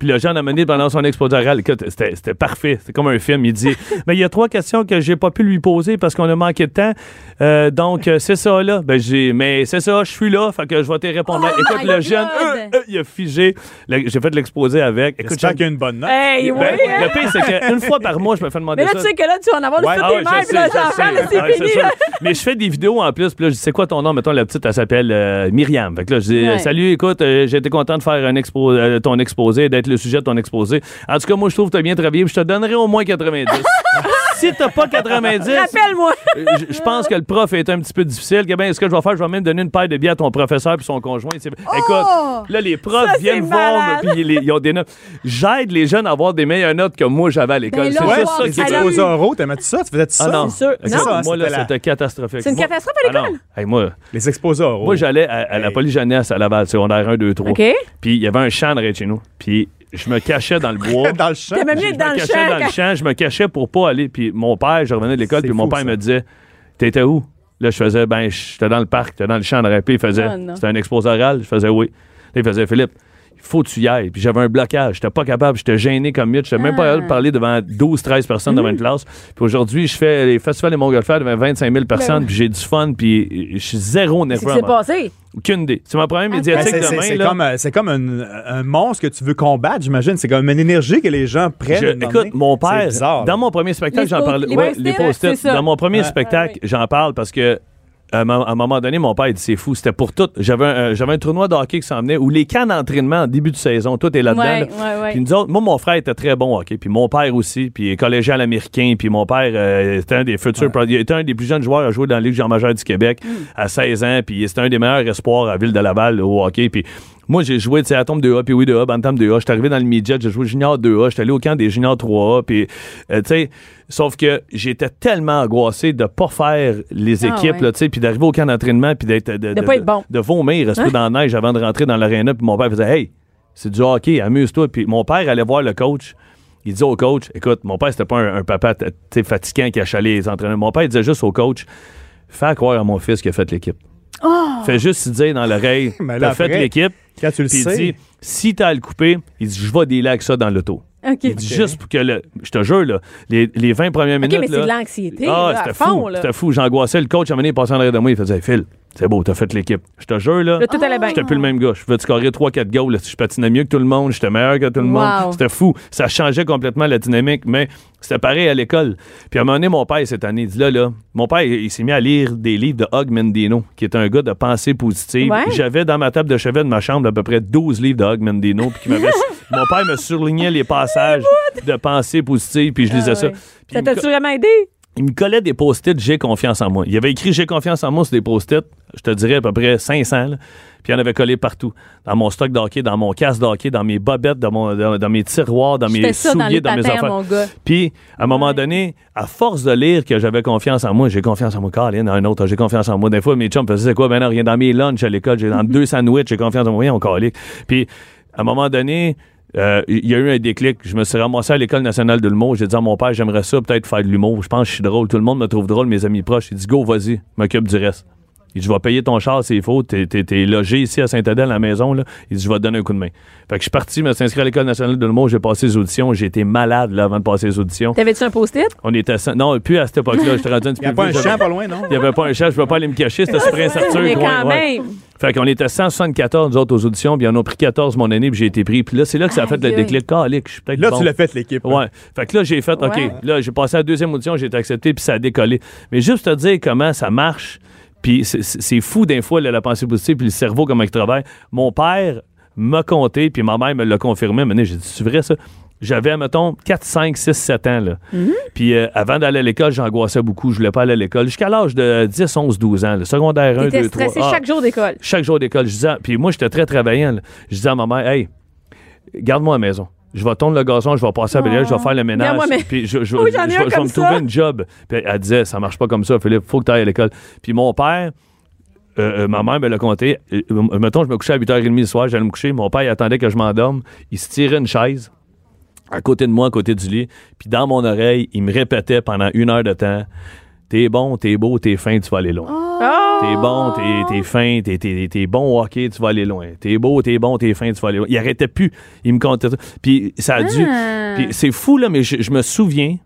S9: Puis le jeune a mené pendant son exposé oral. Écoute, C'était c'était parfait. C'était comme un film. Il dit, mais il y a trois questions que j'ai pas pu lui poser parce qu'on a manqué de temps. Euh, donc, euh, c'est ça, là. Ben, j'ai, mais c'est ça, je suis là. Fait que je vais te répondre. Écoute,
S5: Oh my
S9: le jeune,
S5: God!
S9: euh, euh, il a figé. Le- J'ai fait l'exposé avec. Écoute,
S6: J'espère qu'il y a une bonne note.
S8: Hey, oui.
S9: ben,
S8: hein.
S9: le pire, c'est qu'une fois par mois, je me fais demander
S8: Mais là,
S9: ça.
S8: tu sais que là, tu vas en avoir le
S6: Ouais.
S8: sur
S9: Ah
S8: tes
S9: ouais, je
S8: mères,
S9: sais,
S8: puis là,
S9: je
S8: j'en
S9: sais.
S8: parle, là,
S9: Ouais,
S8: c'est fini,
S9: c'est
S8: là.
S9: ça. Mais je fais des vidéos en plus. Puis là, je dis, c'est quoi ton nom? Mettons, la petite, elle s'appelle euh, Myriam. Fait que là, je dis,
S5: Ouais.
S9: salut, écoute, euh, j'ai été content de faire un expo- euh, ton exposé, d'être le sujet de ton exposé. En tout cas, moi, je trouve que tu as bien travaillé, puis je te donnerai au moins 90. si t'as pas 90,
S8: Rappelle-moi.
S9: euh, je- je pense que le prof est un petit peu difficile. Que, ben, ce que je vais faire, je vais même donner une paire de billets à ton professeur puis son conjoint. C'est- Écoute, là, les profs
S8: Oh! Ça,
S9: viennent
S8: c'est
S9: voir,
S8: malade.
S9: puis ils, ils ont des notes. J'aide les jeunes à avoir des meilleures notes que moi j'avais à l'école.
S5: Ben là,
S9: C'est
S6: Ouais,
S9: juste ça
S6: les
S9: qui est
S8: elle a
S6: exposés
S8: eu-
S6: oraux, t'aimais-tu ça? Tu faisais-tu
S9: ah
S6: ça?
S9: non,
S8: sûr.
S9: Ok,
S6: Non.
S9: ça,
S6: Moi,
S9: moi,
S6: là,
S9: là, c'était catastrophique.
S8: C'est une
S9: Moi-
S8: catastrophe à l'école?
S9: Ah non. Hey, moi,
S6: Les exposés oraux.
S9: moi j'allais à, à la polyjeunesse à Laval, secondaire 1, 2, 3.
S8: OK.
S9: Puis il y avait un champ derrière chez nous. Puis je me cachais dans le bois.
S6: Dans le champ. Ben,
S8: T'aimais
S9: Je
S8: mieux
S9: me
S8: être dans le
S9: cachais
S8: champ.
S9: dans le
S8: quand-
S9: champ, je me cachais pour pas aller. Puis mon père, je revenais de l'école,
S6: C'est
S9: puis mon
S6: fou,
S9: père
S6: ça.
S9: me disait T'étais où Là, je faisais Ben, j'étais dans le parc, j'étais dans le champ de rap. Puis il faisait
S5: Ah, non.
S9: C'était un exposé oral. Je faisais Oui. Là, il faisait Philippe, il faut que tu y ailles. Puis j'avais un blocage, j'étais pas capable, j'étais gêné comme mythe, j'étais même pas capable de parler devant 12, 13 personnes devant une classe. Puis aujourd'hui, je fais les festivals des Montgolfières devant 25 000 personnes, puis j'ai du fun, puis je suis zéro
S8: Qu'est-ce
S9: nerveux.
S8: qui
S9: à
S8: s'est
S9: mort.
S8: passé?
S9: Aucune idée. C'est ma première
S6: Ben,
S9: médiatique
S6: c'est- c'est-
S9: demain.
S6: C'est
S9: là.
S6: comme, euh, c'est comme un, un monstre que tu veux combattre, j'imagine. C'est comme une énergie que les gens prennent.
S9: Je-
S6: à un moment
S9: écoute,
S6: donné.
S9: mon père,
S6: C'est bizarre.
S9: dans mon premier spectacle,
S5: Les
S9: j'en
S5: post-
S9: parle.
S5: les
S9: ouais,
S5: post-it,
S9: les post-it.
S5: c'est ça.
S9: Dans mon premier
S6: Ouais.
S9: spectacle,
S5: Ah
S9: j'en parle parce que. euh, À un mo- à un moment donné, mon père il dit c'est fou, c'était pour tout. J'avais un, euh, j'avais un tournoi de hockey qui s'en venait où les camps d'entraînement en début de saison, tout est là-dedans.
S5: Ouais,
S9: là.
S5: ouais, ouais.
S9: Puis nous autres, moi, mon frère était très bon au hockey, puis mon père aussi, puis il est collégial américain, puis mon père euh, était un des futurs, pro- il était un des plus jeunes joueurs à jouer dans la Ligue jean majeure du Québec
S5: Mm.
S9: à 16 ans, puis c'était un des meilleurs espoirs à Ville de Laval au hockey. Puis moi, j'ai joué, tu sais, Atom 2A, puis oui 2A, Bantam 2A. J'étais arrivé dans le midget, j'ai joué Junior 2A, j'étais allé au camp des Junior 3A, puis, euh, tu sais, sauf que j'étais tellement angoissé de pas faire les
S5: Ah,
S9: équipes,
S5: ouais.
S9: là, tu sais, puis d'arriver au camp d'entraînement, puis d'être. De,
S8: pas être bon. Hein?
S9: De vomir, rester dans la neige avant de rentrer dans l'aréna, puis mon père faisait, hey, c'est du hockey, amuse-toi. Puis mon père allait voir le coach. Il disait au coach, écoute, mon père, c'était pas un, un papa t- tu sais, fatigant qui achalait les entraîneurs. Mon père, il disait juste au coach, fais croire à mon fils qu'il a fait l'équipe.
S8: Oh!
S9: Fais juste lui dire dans l'oreille,
S6: Mais là,
S9: t'as fait
S6: après,
S9: l'équipe.
S6: Quand tu le
S9: Puis il
S6: sais.
S9: dit, si t'as à le couper, il dit, je vais dealer avec ça dans l'auto. Il dit juste pour que, le, je te jure, là, les, les 20 premières
S8: OK,
S9: minutes.
S8: mais c'est
S9: là-
S8: de l'anxiété,
S9: Ah,
S8: là, à
S9: c'était
S8: fond,
S9: fou.
S8: là.
S9: C'était fou. J'angoissais le coach, à un moment donné, il passait en arrière de moi, il faisait, Phil, C'est beau, t'as fait l'équipe. Je te jure, là.
S8: Là, tout allait bien.
S9: J'étais plus le même gars. Je pouvais te scorer 3-4 goals. là. Je patinais mieux que tout le monde. J'étais meilleur que tout le monde. C'était fou. Ça changeait complètement la dynamique, mais c'était pareil à l'école. Puis à un moment donné, mon père, cette année, il dit là, là, mon père, il, il s'est mis à lire des livres de Hug Mendino, qui est un gars de pensée positive.
S8: Ouais.
S9: J'avais dans ma table de chevet de ma chambre à peu près 12 livres de Hug Mendino, puis qui m'avait- mon père me surlignait les passages de pensée positive, puis je lisais ça. Puis
S8: Ah Ça
S9: il me
S8: t'a-tu vraiment aidé?
S9: il me collait des post-it J'ai confiance en moi. Il avait écrit J'ai confiance en moi sur des post-it, je te dirais à peu près 500, là. puis il en avait collé partout. Dans mon stock d'hockey, dans mon casque d'hockey, dans mes bobettes, dans, mon, dans, dans mes tiroirs, dans mes
S10: J'étais ça dans
S9: souliers,
S10: les
S9: dans, mes
S10: patins,
S9: affaires.
S10: mon gars.
S9: Puis, à un moment donné, à force de lire que j'avais confiance en moi, j'ai confiance en moi, Colin, un autre, j'ai confiance en moi. Des fois, mes chums faisaient c'est quoi, ben non, rien dans mes lunchs à l'école, j'ai dans deux sandwichs, j'ai confiance en moi, on calique. Puis, à un moment donné, euh, il y a eu un déclic. Je me suis ramassé à l'École nationale de l'humour. J'ai dit à mon père, j'aimerais ça peut-être faire de l'humour. Je pense que je suis drôle. Tout le monde me trouve drôle, mes amis proches. Il dit, go, vas-y, m'occupe du reste. Il dit, je vais payer ton char, c'est faux. T'es, t'es- t'es logé ici à Saint-Adèle, à la maison. Là. Il dit, je vais te donner un coup de main. Fait que je suis parti, je me suis inscrit à l'École nationale de l'humour. J'ai passé les auditions. J'ai été malade là, avant de passer les auditions.
S8: T'avais-tu un post-it?
S9: On était... sans- Non, plus à cette époque-là. J'étais rendu un petit
S6: Il n'y a
S9: peu
S6: pas un
S9: vieux,
S6: champ
S9: j'avais-
S6: pas loin, non?
S9: il n'y avait pas un chat, je ne peux pas aller me cacher, c'était sur Prince Arthur.
S8: Mais
S9: coin,
S8: quand
S9: ouais.
S8: même.
S9: Fait qu'on était 174, nous autres, aux auditions, puis ils en ont pris 14 mon année, puis j'ai été pris. Puis là, c'est là que ça a fait le
S8: Aïe, aïe.
S9: déclic. Calique, je suis peut-être
S6: Là,
S9: bon.
S6: tu l'as fait, l'équipe.
S9: Ouais. Fait que là, j'ai fait, OK,
S8: Ouais.
S9: là, j'ai passé à la deuxième audition, j'ai été accepté, puis ça a décollé. Mais juste te dire comment ça marche, puis c'est- c'est c'est fou d'un fois, là, la pensée positive, puis le cerveau, comment il travaille. Mon père m'a compté, puis ma mère me l'a confirmé. Maintenant, j'ai dit, c'est vrai, ça? J'avais, mettons, 4, 5, 6, 7 ans. Là.
S8: Mm-hmm.
S9: Puis euh, avant d'aller à l'école, j'angoissais beaucoup. Je voulais pas aller à l'école. Jusqu'à l'âge de 10, 11, 12 ans. Le secondaire 1,
S8: T'étais
S9: 2, 3.
S8: stressé chaque jour d'école.
S9: Chaque jour d'école, je disais, puis moi, j'étais très travaillant. là. Je disais à ma mère, hey, garde-moi à la maison. Je vais tondre le gazon, je vais passer à Belle, je vais faire le ménage.
S8: Ah. Garde-moi, mais-
S9: Puis je, je, je,
S8: Oui, j'en ai
S9: je
S8: un
S9: vais- je vais
S8: comme
S9: me
S8: ça.
S9: trouver une job. Puis elle disait, ça marche pas comme ça, Philippe, faut que tu ailles à l'école. Puis mon père, euh, euh, ma mère me l'a compté. Euh, euh, mettons, je me couchais à 8h30 le soir, j'allais me coucher. Mon père, il attendait que je m'endorme. Il se tirait une chaise à côté de moi, à côté du lit. Puis dans mon oreille, il me répétait pendant une heure de temps T'es bon, t'es beau, t'es fin, tu vas aller
S8: Oh.
S9: loin. T'es bon, t'es- t'es fin, t'es- t'es t'es bon au hockey, tu vas aller loin. T'es beau, t'es bon, t'es fin, tu vas aller loin. Il arrêtait plus. Il me comptait ça. Puis ça a dû. Puis c'est fou, là, mais je, je me souviens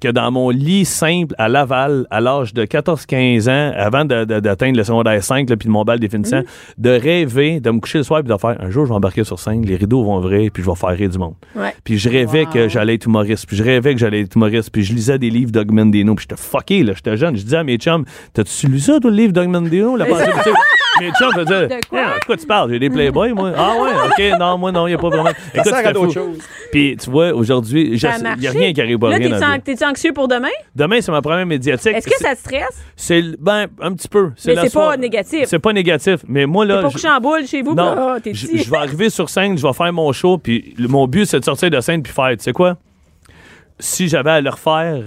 S9: que dans mon lit simple à Laval, à l'âge de 14-15 ans, avant de- de- d'atteindre le secondaire 5, là, puis de mon bal définissant, de rêver, de me coucher le soir, puis de faire un jour, je vais embarquer sur scène, les rideaux vont ouvrir, puis je vais faire rire du monde.
S8: Ouais.
S9: Puis je rêvais que j'allais être humoriste. Puis je rêvais que j'allais être humoriste. Puis je lisais des livres d'Og Mendino. Puis j'étais fucké, là. J'étais jeune. Je disais à mes chums, t'as-tu lu ça, tout le livre d'Og Mendino? La pensée positive? Mes chums faisaient,
S8: De quoi?
S9: Ah, de quoi tu parles? J'ai des Playboy, moi. Ah ouais, OK, non, moi, non, il n'y a pas vraiment. Écoute,
S6: sert à
S9: c'était
S6: d'autres
S9: fou.
S6: choses.
S9: Puis tu vois, aujourd'hui, il n'y
S8: Ça a
S9: a
S8: marché.
S9: rien qui arrive pas
S8: Là,
S9: rien.
S8: t'es-tu
S9: dans la
S8: an-
S9: vie.
S8: t'es-tu anxieux pour demain?
S9: Demain, c'est ma première médiatique.
S8: Est-ce que
S9: C'est-
S8: ça te stresse?
S9: C'est le- ben un petit peu.
S8: Mais
S9: la
S8: c'est pas
S9: soirée.
S8: négatif.
S9: C'est pas négatif, mais moi
S8: T'es
S9: là.
S8: pas
S9: je-
S8: couché en boule chez vous?
S9: non,
S8: Ah, t'es
S9: je,
S8: petit.
S9: je vais arriver sur scène, je vais faire mon show, puis le- mon but c'est de sortir de scène puis faire, tu sais quoi Si j'avais à le refaire,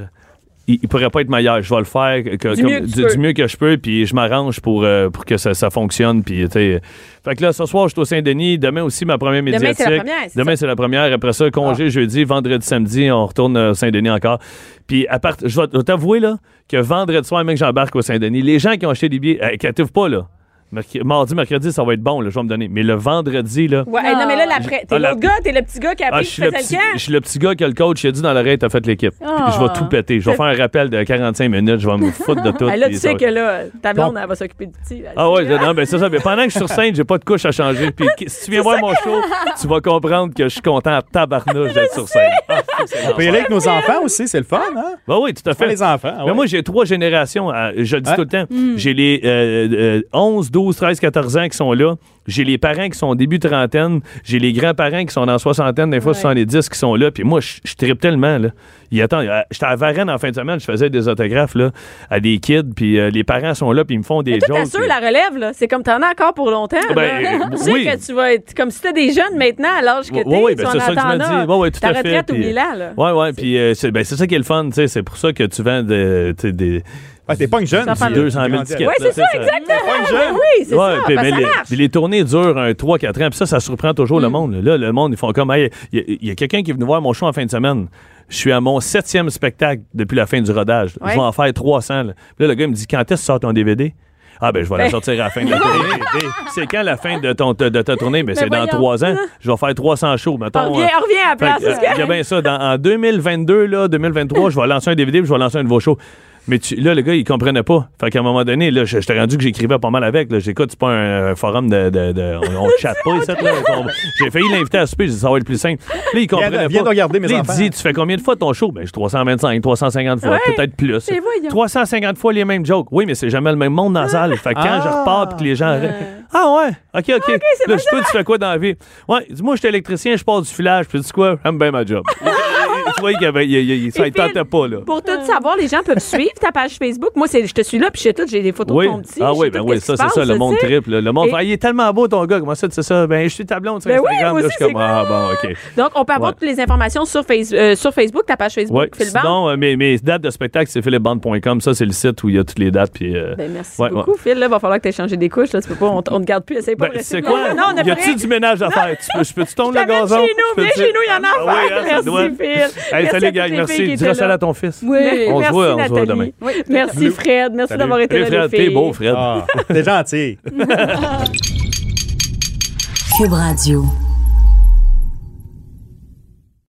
S9: il, il pourrait pas être meilleur. Je vais le faire que-
S8: Du mieux que tu
S9: du,
S8: peux.
S9: du mieux que je peux, puis je m'arrange pour euh, pour que ça, ça fonctionne, puis tu sais. Fait que là, ce soir, je suis au Saint-Denis. Demain aussi, ma première
S8: Demain,
S9: médiatique.
S8: c'est la première, c'est
S9: Demain, c'est la première. Après ça,
S8: Ah.
S9: congé jeudi, vendredi, samedi, on retourne au Saint-Denis encore. Puis à part, je vais t'avouer là que vendredi soir, même que j'embarque au Saint-Denis, les gens qui ont acheté des billets, euh, inquiétez-vous pas là. Merc- Mardi, mercredi, ça va être bon, là, je vais me donner. Mais le vendredi, là,
S8: Ouais, hey, non, mais là, l'après, t'es
S9: Ah, la-
S8: l'autre gars, t'es le petit gars qui a
S9: ah,
S8: appris
S9: je, suis
S8: qu'il
S9: le
S8: faisait
S9: petit,
S8: le camp.
S9: je suis le petit gars que le coach il a dit dans l'oreille, t'as fait l'équipe. Puis Je vais tout péter. Je vais faire un rappel de 45 minutes, je vais me foutre de tout.
S8: Ah, là,
S9: puis
S8: tu
S9: ça
S8: sais
S9: va-
S8: que là, ta blonde, elle va s'occuper du petit.
S9: Ah ouais, je- non, ben c'est ça. Mais pendant que je suis sur scène, j'ai pas de couche à changer. Puis que- si tu viens voir mon show, tu vas comprendre que je suis content à tabarnouche d'être sur scène. Ah, c'est
S6: On peut y aller avec nos enfants aussi, c'est le fun, hein?
S9: Ben oui, tout à fait.
S6: Pas les enfants, ah
S9: Mais
S6: ouais.
S9: moi, j'ai trois générations. à- je le dis
S6: Ouais.
S9: tout le temps.
S8: Hmm.
S9: J'ai les euh, euh, 11, 12, 13, 14 ans qui sont là. J'ai les parents qui sont au début trentaine. J'ai les grands-parents qui sont dans soixantaine, des fois 70 qui sont là. Puis moi, je je trippe tellement. Là. Il attend, euh, J'étais à Varennes en fin de semaine, je faisais des autographes là, à des kids. Puis euh, les parents sont là, puis ils me font des
S8: Toi,
S9: jokes.
S8: t'assures la relève, là. C'est comme t'en as encore pour longtemps.
S9: Ben,
S8: là.
S9: euh,
S8: tu sais
S9: oui.
S8: que tu vas être comme si t'étais des jeunes maintenant à l'âge que
S9: Oui,
S8: t'es.
S9: oui,
S8: tu
S9: ben,
S8: en
S9: c'est ça que je me
S8: attends là.
S9: dis. Oui, oui, tout
S8: Ta
S9: à fait.
S8: retraite,
S9: puis-
S8: oublie-la, là.
S9: Ouais, ouais, puis euh, c'est ben, c'est ça qui est le fun, tu sais. C'est pour ça que tu vends de- tu sais, des,
S6: Ah, t'es pas une jeune.
S8: Ça
S6: tu-
S8: fait
S6: tu
S9: 200 000
S6: grandis
S9: tickets.
S6: avec.
S8: Oui,
S9: là,
S8: c'est ça,
S6: Pas une
S8: exactement.
S6: jeune.
S8: Ben oui, c'est
S9: Ouais,
S8: ça.
S9: puis,
S8: Ben,
S9: mais
S8: ça
S9: les,
S8: marche. Mm.
S9: puis les tournées durent un 3-4 ans. Puis ça, ça surprend toujours le monde. Là, le monde, ils font comme, Hey, il y a- il y a, quelqu'un qui est venu voir mon show en fin de semaine. Je suis à mon septième spectacle depuis la fin du rodage. Je
S8: Ouais.
S9: vais en faire 300. Là, Puis là, le gars il me dit, quand est-ce que tu sors ton DVD? Ah ben je vais la sortir à la fin de la tournée. c'est quand la fin de ton de ta tournée? Ben, c'est dans
S8: voyons.
S9: trois ans. Je vais faire 300 shows. Mettons,
S8: Reviens,
S9: euh,
S8: reviens à la
S9: fait
S8: place.
S9: que, euh,
S8: parce que-
S9: il y a bien ça. Dans, en 2022, là, 2023, je vais lancer un DVD puis je vais lancer un nouveau show. Mais tu- là, le gars, il comprenait pas. Fait qu'à un moment donné, là, je- j'étais rendu que j'écrivais pas mal avec. là. J'écoute, c'est pas un, un forum de. de- de- on, on chatte pas, ici, là. On- J'ai failli l'inviter à souper, j'ai dit, ça va être plus simple. Là, il comprenait
S6: Viens-
S9: pas.
S6: viens donc regarder mes
S9: Là,
S6: enfants.
S9: Il dit, tu fais combien de fois ton show? Ben, je- 325, 350 fois, peut-être plus. 350 fois les mêmes jokes. Oui, mais c'est jamais le même monde dans la salle. Fait que quand je repars puis que les gens. Ah ouais, ok, ok. là, je sais pas, tu fais quoi dans la vie? Ouais, dis-moi, je suis électricien, je pars du filage, puis tu sais quoi? J'aime bien ma job. tu vois, qu'il y avait- il- il- il- ça ne
S3: Et puis,
S9: tentait pas, là.
S3: Pour tout savoir, les gens peuvent suivre ta page Facebook. Moi, c'est, je te suis là, puis j'ai tout, j'ai des photos
S9: Oui.
S3: de ton petit.
S9: ah
S3: je
S9: oui,
S3: sais
S9: ben
S3: tout
S9: oui,
S3: qu'est-ce
S9: ça,
S3: qui
S9: c'est
S3: se
S9: ça, le
S3: passe,
S9: monde
S3: tu sais.
S9: triple. Le monde
S3: Et-
S9: fait, Ah, il est tellement beau ton gars, comment ça, tu sais ça? Ben, je suis tablon sur
S3: Ben oui,
S9: Instagram.
S3: moi
S9: là, je
S3: aussi,
S9: suis comme,
S3: c'est
S9: ah, bon, OK.
S3: Donc, on peut avoir
S9: Ouais.
S3: toutes les informations sur, Face- euh, sur Facebook, ta page Facebook,
S9: Ouais.
S3: Phil Barbe.
S9: Sinon, euh, mes, mes dates de spectacle, c'est philipbande.com. Ça, c'est le site où il y a toutes les dates. Puis, euh,
S3: Ben, merci
S9: ouais,
S3: beaucoup,
S9: ouais.
S3: Phil. Là, va falloir que tu aies changé des couches. Là, tu peux pas, on, t- on te garde plus. Essaye pas
S9: Ben,
S3: de rester
S9: c'est
S3: plus longtemps.
S9: quoi?
S3: Non, on a
S9: y
S3: rien.
S9: a-tu du ménage à faire? Tu peux- je peux-tu tourner le
S3: T'amènes
S9: gazon?
S3: chez nous,
S9: Je
S3: viens
S9: peux-tu-
S3: chez nous, il y en a à
S9: Ah oui,
S3: faire.
S9: hein, ça doit.
S3: Merci, Phil.
S9: Hey,
S3: Merci à
S9: salut,
S3: toutes
S9: gang.
S3: les filles qui
S9: Merci.
S3: étaient
S9: Dis-le ça
S3: là.
S9: à ton fils.
S3: Oui,
S9: On se
S3: merci,
S9: voit, on se voit
S3: Nathalie.
S9: demain.
S3: Oui. Merci, Fred. Merci
S6: Salut.
S3: d'avoir été
S9: Salut,
S3: là,
S9: Fred.
S3: les filles.
S9: T'es beau, Fred.
S6: Ah, t'es gentil.
S1: Cube Radio.